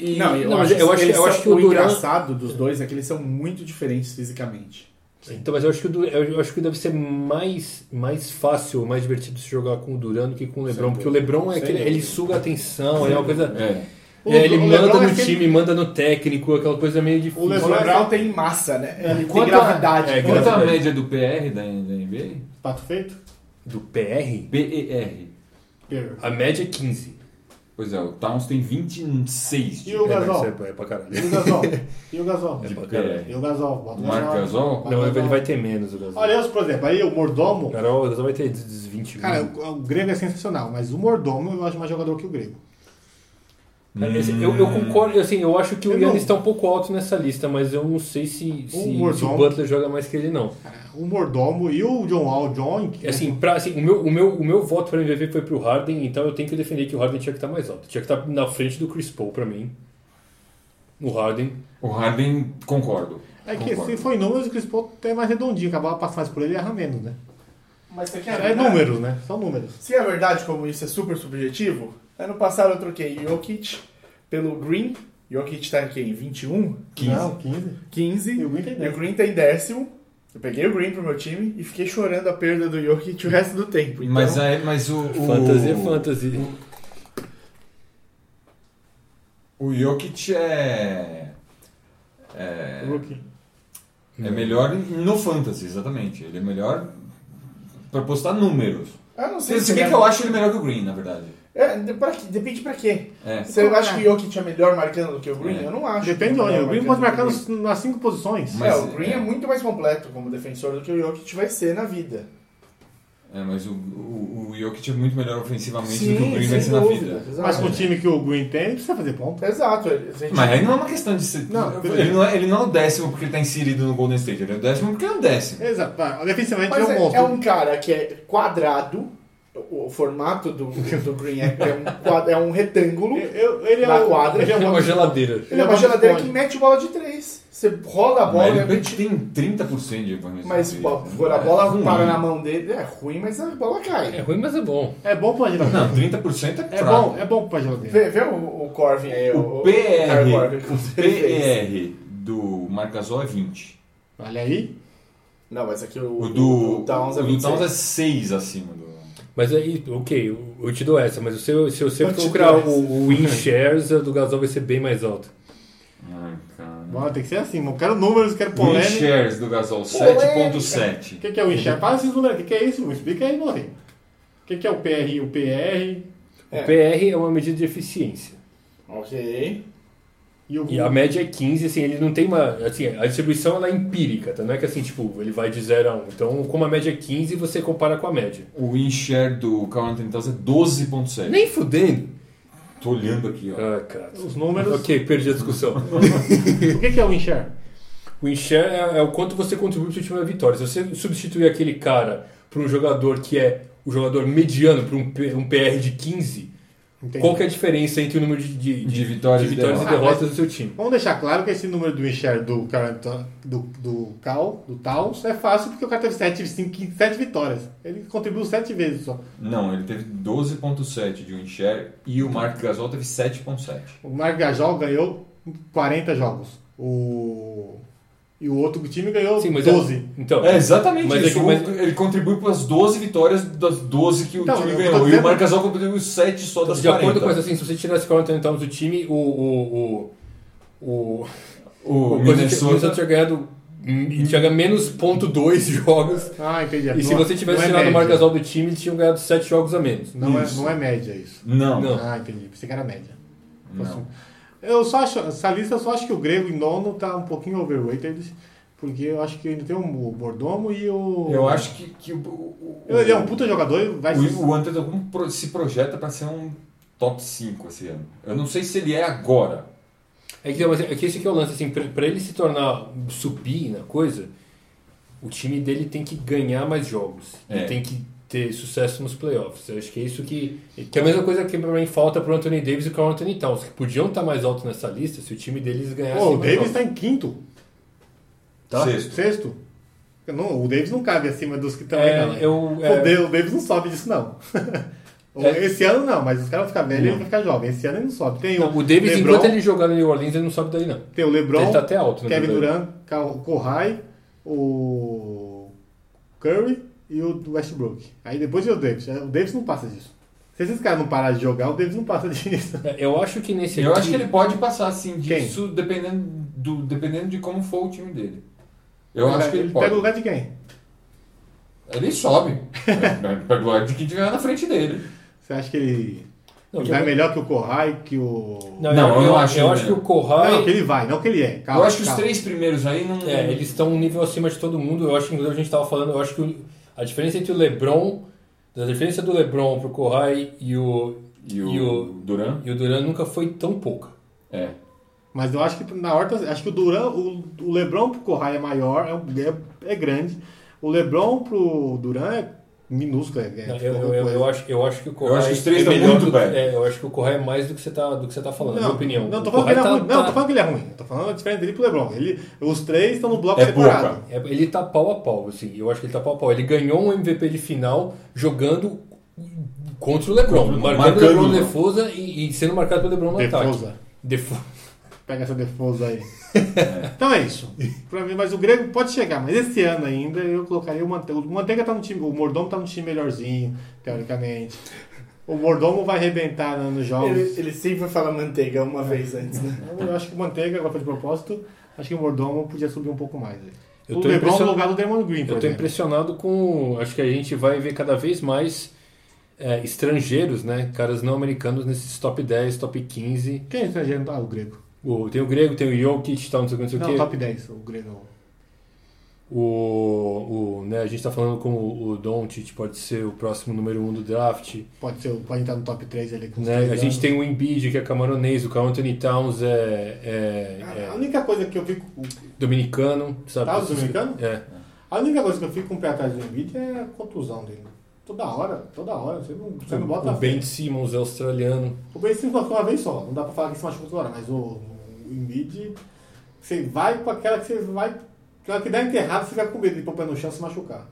D: E-
A: Não, eu,
D: mas
A: acho,
D: eu acho,
A: eles
D: eu
A: são-
D: acho que o Duran...
A: engraçado dos dois é que eles são muito diferentes fisicamente.
D: Então, mas eu acho que, o Du- eu acho que deve ser mais, mais fácil, mais divertido se jogar com o Duran do que com o Lebron, porque o Lebron é
A: Sem
D: aquele,
A: dúvida.
D: ele suga a atenção, ele é uma coisa.
B: É.
C: O O
D: É,
C: Le-
D: ele
C: o
D: manda
C: Lebron
D: no
C: é sempre-
D: time, manda no técnico, aquela coisa meio
C: O
D: difícil.
A: O
C: Lebron
A: Lebron tem massa, né? Ele tem
B: Quanto a-
A: gravidade.
D: é,
A: né?
B: Quanto a
D: Gravidade.
B: média do PR da, da NBA?
C: Pato feito?
D: Do PR?
B: PER.
C: Pega.
D: A média é 15.
B: Pois é, o Towns tem 26 de
C: E o
D: é, mas
C: Gasol?
D: isso é, é pra caralho.
C: E o Gasol? E o Gasol?
D: É pra caralho.
B: PR.
C: E o Gasol? Bota
B: O Marco Gasol?
C: Bota o
D: Não, ele vai ter menos o Gasol.
C: Olha, eu, por exemplo, aí o Mordomo.
D: Cara, o Gasol vai ter 20
C: Cara,
D: mil.
C: o, o Grego é sensacional, mas o Mordomo eu acho mais jogador que o Grego.
D: Cara, esse- É, eu, eu concordo, assim, eu acho que o
C: Eu não-
D: Yannis tá um pouco alto nessa lista, mas eu não sei se, se,
C: Mordomo-
D: se o Butler joga mais que ele, não.
C: Cara, o Mordomo e o John Wall, John. que-
D: Assim, pra, assim o, meu, o, meu, o meu voto pra MVP foi pro Harden, então eu tenho que defender que o Harden tinha que estar mais alto. Tinha que estar na frente do Chris Paul pra mim. O Harden.
B: O Harden, concordo.
C: É que
B: Concordo.
C: se for em números, o Chris Paul é mais redondinho, acabava passando mais por ele e erra menos, né?
A: Mas você quer
C: É, números, né? São números.
A: Se é verdade como isso é super subjetivo, ano passado eu troquei Jokic pelo Green. Jokic tá em quem? 21?
B: 15.
C: Não, 15.
A: 15.
C: E o Green tem
A: E o
C: 10.
A: Green tá em décimo. Eu peguei o Green pro meu time e fiquei chorando a perda do Jokic o resto do tempo. Então,
B: Mas, é, aí, mas o, o.
D: Fantasy é fantasy.
B: O Jokic é. É,
C: Rookie.
B: é melhor no fantasy, exatamente. Ele é melhor pra postar números.
A: eu ah, não sei
B: Se se bem
A: ele
B: que eu acho ele melhor que o Green, na verdade.
A: é... É, de- pra que- depende pra quê?
B: É.
A: Você acha que o Jokic é melhor marcando do que o Green?
B: É.
A: Eu não acho.
C: Ah, Depende
A: que ele
C: de
A: é
C: onde.
A: melhor
C: O Green pode marcar
A: do que
C: nos- nas cinco posições.
A: o Green.
B: Mas-
A: É, o Green é.
B: é.
A: muito mais completo como defensor do que o Jokic vai ser na vida.
B: É, mas o, o, o Jokic é muito melhor ofensivamente
A: Sim,
B: do que o Green vai
A: sem
B: ser na
A: dúvida,
B: vida.
A: exato.
C: Mas com o time que o Green tem, ele precisa fazer ponto.
A: Exato. ele- se a gente-
B: Mas aí não é uma questão de ser.
C: Não,
B: ele, não é, ele não é o décimo porque ele tá inserido no Golden State, ele é o décimo porque é o décimo.
C: Exato. tá, Defensivamente
A: Mas
C: ele é um
A: é,
C: monstro.
A: é um cara que é quadrado, o, o formato do, do Green é, é, um quad- é um retângulo.
C: Eu- eu- ele é
A: Na
C: o-
A: quadra.
C: Ele é
D: É
C: um
D: uma geladeira.
A: Ele é
C: Bob
A: uma geladeira que
C: Esponja.
A: mete bola de três. Você rola a bola,
B: mas
A: é
B: ele tem 30% de evolução.
A: mas
B: de-
A: pô, quando a
B: é
A: bola
B: ruim.
A: para na mão dele, é ruim, mas a bola
D: É
A: cai.
D: ruim, mas é bom.
C: É bom pra geladeira.
B: Não, 30% é
C: É
B: fraco.
C: bom, é bom pra geladeira.
A: Vê, vê o, o Corvin aí, o,
B: O
A: Kyle Corvin,
B: PR,
A: como
B: o
A: ele fez.
B: PR do Marcasol é 20.
C: Olha aí.
A: Não, mas aqui o,
B: O do,
A: o Towns é
B: o do
A: 26.
B: Towns é 6 acima do.
D: Mas aí, ok, eu, eu te dou essa, mas se eu, se eu
A: Eu
D: sempre
A: te
D: procurar
A: dou essa.
D: o, o win shares, a do Gasol vai ser bem mais alto.
B: Ai, cara.
C: Bom, tem que ser assim. Não quero números, quero
B: Win
C: polêmica.
B: shares do Gasol
A: Polêmica.
B: 7.7.
C: O que, que é o enxerga? Fala esses números. O que, que é isso? Me explica aí, Morri. O que, que é o PR e o PR?
A: É.
D: O PR é uma medida de eficiência.
A: Ok.
C: E o
D: E a média é 15, assim, ele não tem uma. Assim, a distribuição ela é empírica, tá? Não é que assim, tipo, ele vai de 0 a 1. Então, como a média é 15, você compara com a média.
B: O win share do Carl Anthony Towns é 12.7.
D: Nem fudendo.
B: Tô olhando aqui, ó.
D: Ah, cara.
C: Os números.
D: Ok, perdi a discussão.
C: O que, que é o enxerga?
D: O enxerga é, é o quanto você contribui para o time à vitória. Se você substituir aquele cara por um jogador que é o jogador mediano, por um, P- um PR de 15,
C: Entendi.
D: qual que é a diferença entre o número de, de,
B: De vitórias
D: de vitórias
B: e
D: e
C: derrotas.
D: derrotas do seu time?
C: Vamos deixar claro que esse número do enxerga do, cara Anto- do, do Cal, do Taos, é fácil porque o cara teve 7, vitórias. Ele contribuiu 7 vezes só.
B: Não, ele teve 12.7 de win share e o Mark Gasol teve 7.7.
C: O Marc Gasol ganhou 40 jogos. O... E o outro time ganhou
D: Sim, mas é-
C: 12.
D: então,
B: É exatamente
D: Mas é
B: isso.
D: que- mas-
B: Ele contribui para as 12 vitórias das 12 que o
C: Então,
B: time
C: eu tô
B: ganhou. E
C: dizendo-
B: o Marc Gasol contribuiu 7 só das
D: de
B: 40.
D: acordo com essa, assim, se você tirasse o Carlton Towns do time, o. o, o, o
B: O
D: o Corinthians- o
B: Minnesota
D: Corinthians tinha ganhado. hum, Tinha ganho menos ponto 2 jogos.
C: Ah, entendi.
D: E se você tivesse
C: não
D: tirado o
C: média.
D: Marcasol do time, eles tinham ganhado 7 jogos a menos.
C: Não é,
B: Isso.
C: não é média isso.
B: Não.
D: Não.
C: Ah, entendi. Pensei que era média. um-
B: Não.
C: Eu só acho, essa lista eu só acho que o Grego em nono tá um pouquinho overrated, porque eu acho que ele tem o Mordomo e o.
B: Eu acho que, que o, o, o-
C: Ele é um puta jogador e vai ser.
B: o, o Antetokounmpo pro- se projeta para ser um top 5 esse ano. Eu não sei se ele é agora.
D: É que, mas é que esse que é o lance, assim, pra, pra ele se tornar subir na coisa, o time dele tem que ganhar mais jogos.
B: É.
D: E tem que ter sucesso nos playoffs. Eu acho que é isso que. Que é a mesma coisa que pra mim falta pro Anthony Davis e pro Anthony Towns, que podiam estar mais alto nessa lista se o time deles ganhasse.
C: Pô, o
D: mais
C: Davis
D: jogos.
C: tá em quinto,
B: Tá.
C: sexto. Eu não- o Davis não cabe acima dos que estão aí, não.
D: É,
C: né?
D: eu,
C: O
D: é,
C: Da- O Davis não sobe disso, não.
D: É.
C: Esse ano não, mas os caras vão ficar velhos e ele vai ficar jovem. Esse ano ele não sobe. Tem
D: não,
C: o,
D: o Davis,
C: Lebron,
D: enquanto ele jogar no New Orleans, ele não sobe daí, não.
C: tem o
D: ele
C: Lebron,
D: tá até alto, né?
C: Kevin Durant, Cal- Kohai, o Curry e o Westbrook. Aí depois é o Davis. O Davis não passa disso. Se esses caras não pararem de jogar, o Davis não passa disso.
D: É, Eu acho que nesse
B: Eu
D: aqui-
B: acho que ele pode passar sim
C: Quem?
B: disso dependendo, do, dependendo de como for o time dele. Eu
C: Ele
B: acho que ele
C: pega o
B: pode.
C: lugar de quem?
B: Ele sobe. Ele Pega o lugar de quem tiver na frente dele.
C: Você acha que ele
D: Não,
C: vai
D: eu-
C: melhor que o Corrai, que o.
D: Não,
B: Não, eu
D: eu, eu
B: acho
D: acho, eu
B: que-
D: acho que o
C: Não,
D: Corral.
C: que ele vai, não que ele é. Calma,
B: eu acho que os
C: calma.
B: três primeiros aí não.
C: Uhum.
D: É, eles estão um nível acima de todo mundo. Eu acho que inclusive, a gente estava falando, eu acho que o- a diferença entre o LeBron, da diferença do LeBron pro Kohai e o
B: E o,
D: E o-
B: Duran?
D: e o Duran nunca foi tão pouca.
B: É.
C: Mas eu acho que na horta, acho que o Duran, o, o Lebron pro Corrai é maior, é, um- é, é grande. O Lebron pro Duran é minúsculo, é, é
D: Eu,
C: tipo
D: eu,
C: alguma
D: eu-
C: coisa.
D: eu acho, eu acho que o Kohai
B: Eu acho que os três
D: é
B: tão
D: melhor
B: muito
D: do-
B: bem.
D: é, eu acho que o Kohai é mais do que você tá, do que você tá falando, na minha opinião.
C: não,
D: O
C: tô falando que
D: Kohai
C: ele é ruim.
D: tá-
C: Não,
D: tá-
C: tô falando que ele é ruim. Tô falando a diferença dele pro Lebron. Ele, os três estão no bloco
B: É
C: separado.
B: pouca.
D: É, ele tá pau a pau, assim. Eu acho que ele tá pau a pau. Ele ganhou um MVP de final jogando contra o LeBron,
B: Contra o-
D: marcando o
B: marcando
D: LeBron
B: o-
D: defesa e, e sendo marcado pelo LeBron no
B: Tá,
D: ataque.
C: Defosa.
D: Defo-
C: Pega essa defusa aí. Então é isso. Pra mim, mas o Grego pode chegar, mas esse ano ainda eu colocaria o Manteiga. O Manteiga tá no time, o Mordomo tá no time melhorzinho, teoricamente. O Mordomo vai arrebentar né, nos jogos.
A: Ele, ele sempre fala manteiga uma vez antes, né?
C: Eu acho que o Manteiga, agora foi de propósito, acho que o Mordomo podia subir um pouco mais. aí.
D: Eu
C: o
D: tô
C: Lebron
D: impression-
C: no lugar do Draymond Green, por
D: Eu tô
C: exemplo.
D: impressionado com. Acho que a gente vai ver cada vez mais é, estrangeiros, né? Caras não americanos nesses top 10, top 15.
C: Quem é estrangeiro? Ah, o Grego.
D: O- tem o grego, tem o Jokic, tal, não sei o que, não sei o
C: Não,
D: quê.
C: top 10, o Grego.
D: O, o, né, a gente tá falando com o, o Doncic, pode ser o próximo número 1 um do draft.
C: Pode, ser, pode entrar no top 3 ali com os
D: Né?
C: três
D: A
C: anos.
D: gente tem o Embiid, que é camaronês, o Anthony Towns é, é-
C: A a
D: é
C: única coisa que eu fico. Tá,
D: dominicano, sabe?
C: Towns dominicano?
D: É.
C: A única coisa que eu fico com o pé atrás do Embiid é a contusão dele. Toda hora, toda hora. Você não, você não bota
D: O
C: a fé.
D: Ben Simmons é australiano.
C: O Ben Simmons machucou uma vez só. Não dá pra falar que se machucou toda hora, mas o, o Embiid... Você vai com aquela que você vai... Aquela que dá enterrado, você fica com medo de pôr o pé no chão e se machucar.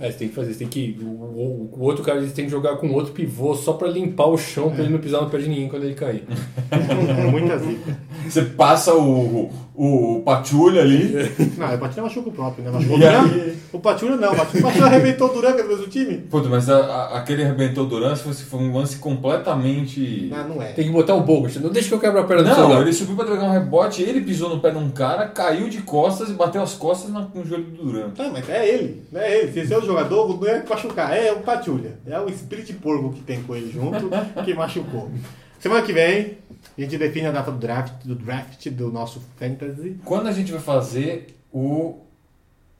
D: É, você tem que fazer, você tem que. O, o- o outro cara eles tem que jogar com outro pivô só pra limpar o chão pra ele não pisar no pé de ninguém quando ele cair.
C: É muita zica.
B: Você passa o, o, o Patulha ali.
C: Não, é o Patulha machuca o próprio, né? Machucou o
B: E
C: Duran.
B: aí?
C: O Patulha não. O Patulha o Patulha arrebentou o Duran, que é do mesmo time.
B: Puta, mas a- a- aquele arrebentou o Duran se fosse foi um lance completamente.
C: Não, não é.
D: Tem que botar o Bogut. Não deixa que eu quebro a perna do
B: Não,
D: celular.
B: ele subiu pra pegar um rebote, ele pisou no pé de um cara, caiu de costas e bateu as costas na- no joelho do Duran.
C: Não, mas é ele. Não é ele. Se esse é o jogador, não é que machucar. É o Patulha. É o espírito de porco que tem com ele junto que machucou. Semana que vem, a gente define a data do draft, do draft do nosso fantasy.
B: Quando a gente vai fazer o.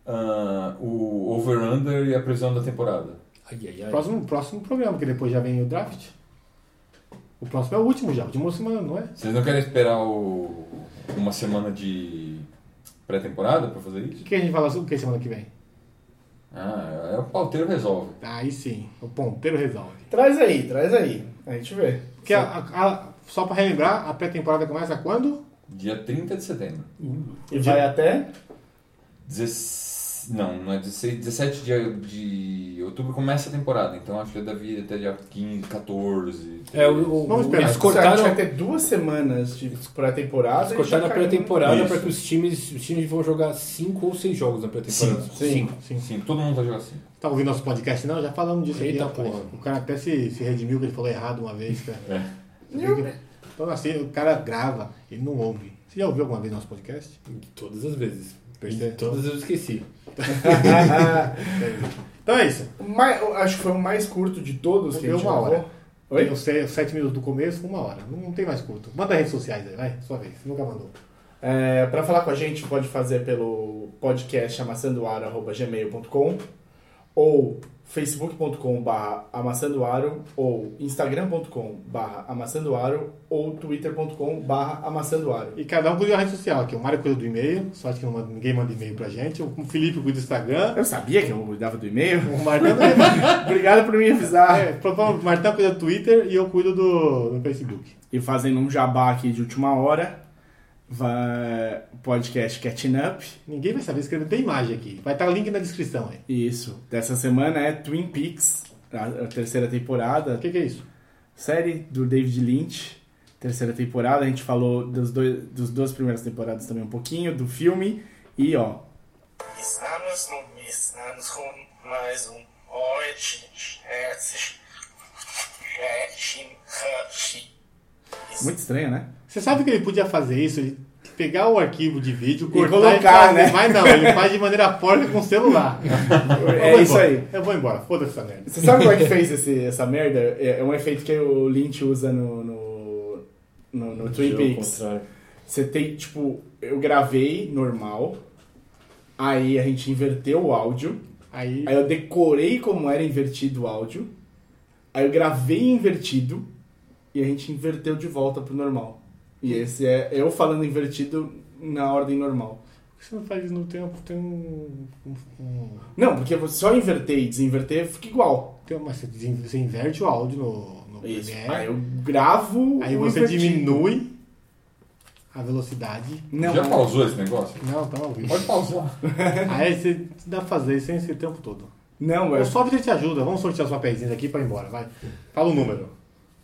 B: ah, o over-under e a previsão da temporada?
D: Ai, ai, ai.
C: Próximo, próximo programa, que depois já vem o draft. O próximo é o último já, o último semana, não é?
B: Vocês não querem esperar o- uma semana de pré-temporada pra fazer
C: O
B: isso?
C: que, que a gente fala sobre o que semana que vem?
B: Ah, é o pauteiro resolve.
C: Aí sim, o ponteiro resolve.
A: Traz aí, traz aí. A gente vê.
C: Porque a- a- a- só pra relembrar, a pré-temporada começa quando?
B: Dia 30 de setembro.
A: E vai até.
B: Dezes- Não, não é 16, 17 de, de outubro começa a temporada, então acho que deve ir até dia 15, 14.
D: É, o, o-
C: Vamos esperar.
D: Eles
A: A gente
D: cortaram,
A: vai ter duas semanas de pré-temporada.
D: eles
A: e
D: cortaram
A: já
D: a
A: caiu no-
D: pré-temporada
B: Isso.
D: pra que os times, os times vão jogar 5 ou 6 jogos na pré-temporada.
B: Cinco.
D: Cinco.
C: Sim.
B: Sim, todo mundo vai jogar assim.
C: Tá ouvindo nosso podcast? Não, já falamos disso
D: Eita
C: aqui. rapaz.
D: porra.
C: O cara até se, se redimiu que ele falou errado uma vez, cara.
B: É.
C: Você vê que- Então assim, o cara grava, ele não ouve. Você já ouviu alguma vez nosso podcast?
D: Todas as vezes.
C: Percebe?
D: Todas eu esqueci.
C: Então é isso.
A: Mas, eu acho que foi o mais curto de todos que a
C: Deu
A: gente
C: uma
A: gravou.
C: hora.
A: Oi?
C: Tem os se- os sete minutos do começo, uma hora. Não, não tem mais curto. Manda redes sociais aí, vai. Sua vez. Nunca mandou.
A: É, para falar com a gente, pode fazer pelo podcast amassandoaro.gmail.com ou facebook.com amassandoaro ou instagram.com amassandoaro ou twitter.com amassandoaro.
C: E cada um cuida da rede social aqui. O Mário cuida do e-mail, só acho que não manda- ninguém manda e-mail pra gente. O Felipe cuida do Instagram.
A: Eu sabia que eu cuidava do e-mail.
C: O Martão, também.
A: Obrigado por me avisar.
C: é, provavelmente o Martão cuida do Twitter e eu cuido do, do Facebook.
A: E fazendo um jabá aqui de última hora, vai- podcast Catching Up.
C: Ninguém vai saber escrever, tem imagem aqui. Vai estar o link na descrição aí.
A: Isso. Dessa semana é Twin Peaks, a a terceira temporada.
C: O que, que é isso?
A: série do David Lynch, terceira temporada. A gente falou dos dois, dos duas primeiras temporadas também um pouquinho, do filme. E ó,
F: Estamos no estamos com mais um Oite Hertz
A: Muito estranho, né?
C: Você sabe que ele podia fazer isso? Ele pegar o arquivo de vídeo, cortar
A: colocar,
C: fazer,
A: né?
C: Mas não, ele faz de maneira porca com o celular. Eu
A: É
C: vou
A: isso
C: embora.
A: aí.
C: Eu vou embora, foda-se essa merda.
A: Você sabe como é que fez esse- essa merda? É é um efeito que o Lynch usa no, no, no, no Twin
D: Pelo
A: Peaks.
D: contrário.
A: Você tem, tipo, eu gravei normal, aí a gente inverteu o áudio,
C: Aí,
A: aí eu decorei como era invertido o áudio, aí eu gravei invertido e a gente inverteu de volta pro normal. E esse é eu falando invertido na ordem normal.
C: por que você não faz isso no tempo? Tem um. um, um
A: Não, porque você só inverter e desinverter fica igual.
C: tem uma, você desin- você inverte o áudio no, no
A: Isso.
C: Premiere,
A: Aí eu gravo.
C: aí
A: o
C: você
A: invertido.
C: diminui a velocidade.
A: Não,
B: Já
A: não.
B: pausou esse negócio?
C: Não, tá ouvindo.
B: Pode pausar.
A: né?
C: Aí você dá pra fazer sem esse tempo todo.
A: Não, é
C: O software te ajuda, vamos sortear os papeizinhos aqui pra ir embora, vai. Fala o número.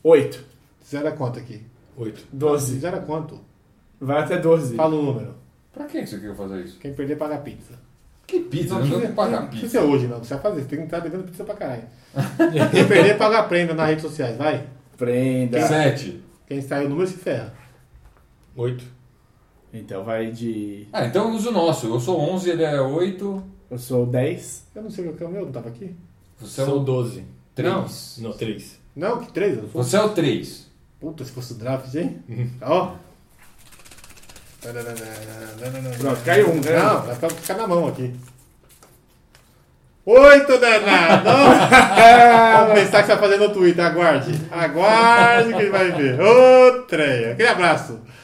A: 8,
C: Zero a quanto aqui?
D: Oito.
A: 12.
C: Zero a quanto?
A: Vai até 12.
C: Fala o número.
B: Pra que você quer fazer isso?
C: Quem perder paga pizza.
B: Que pizza? Não, não, pagar
C: Não
B: pizza.
C: precisa ser hoje, não. Não precisa fazer. Você tem que estar devendo pizza pra caralho. Quem perder, paga a prenda nas redes sociais, vai.
A: Prenda.
B: Sete.
C: Quem saiu o número se ferra.
D: Oito.
A: Então vai de.
B: Ah, então usa o nosso. Eu sou 11, ele é 8,
A: Eu sou 10.
C: Eu não sei qual que é o meu, não tava aqui?
B: você é
D: São
B: o
D: doze.
B: 3.
D: Não, três.
C: Não, que três, eu não sou. um
B: Você é o 3.
C: Puta, se fosse o draft, hein?
A: Uhum.
C: Ó.
A: Pronto, caiu um, caiu um.
C: Não, vai ficar, ficar na mão aqui. Oito, danado! Vamos pensar que você vai fazer no Twitter, aguarde. Aguarde que ele vai ver. Outra! Aquele abraço.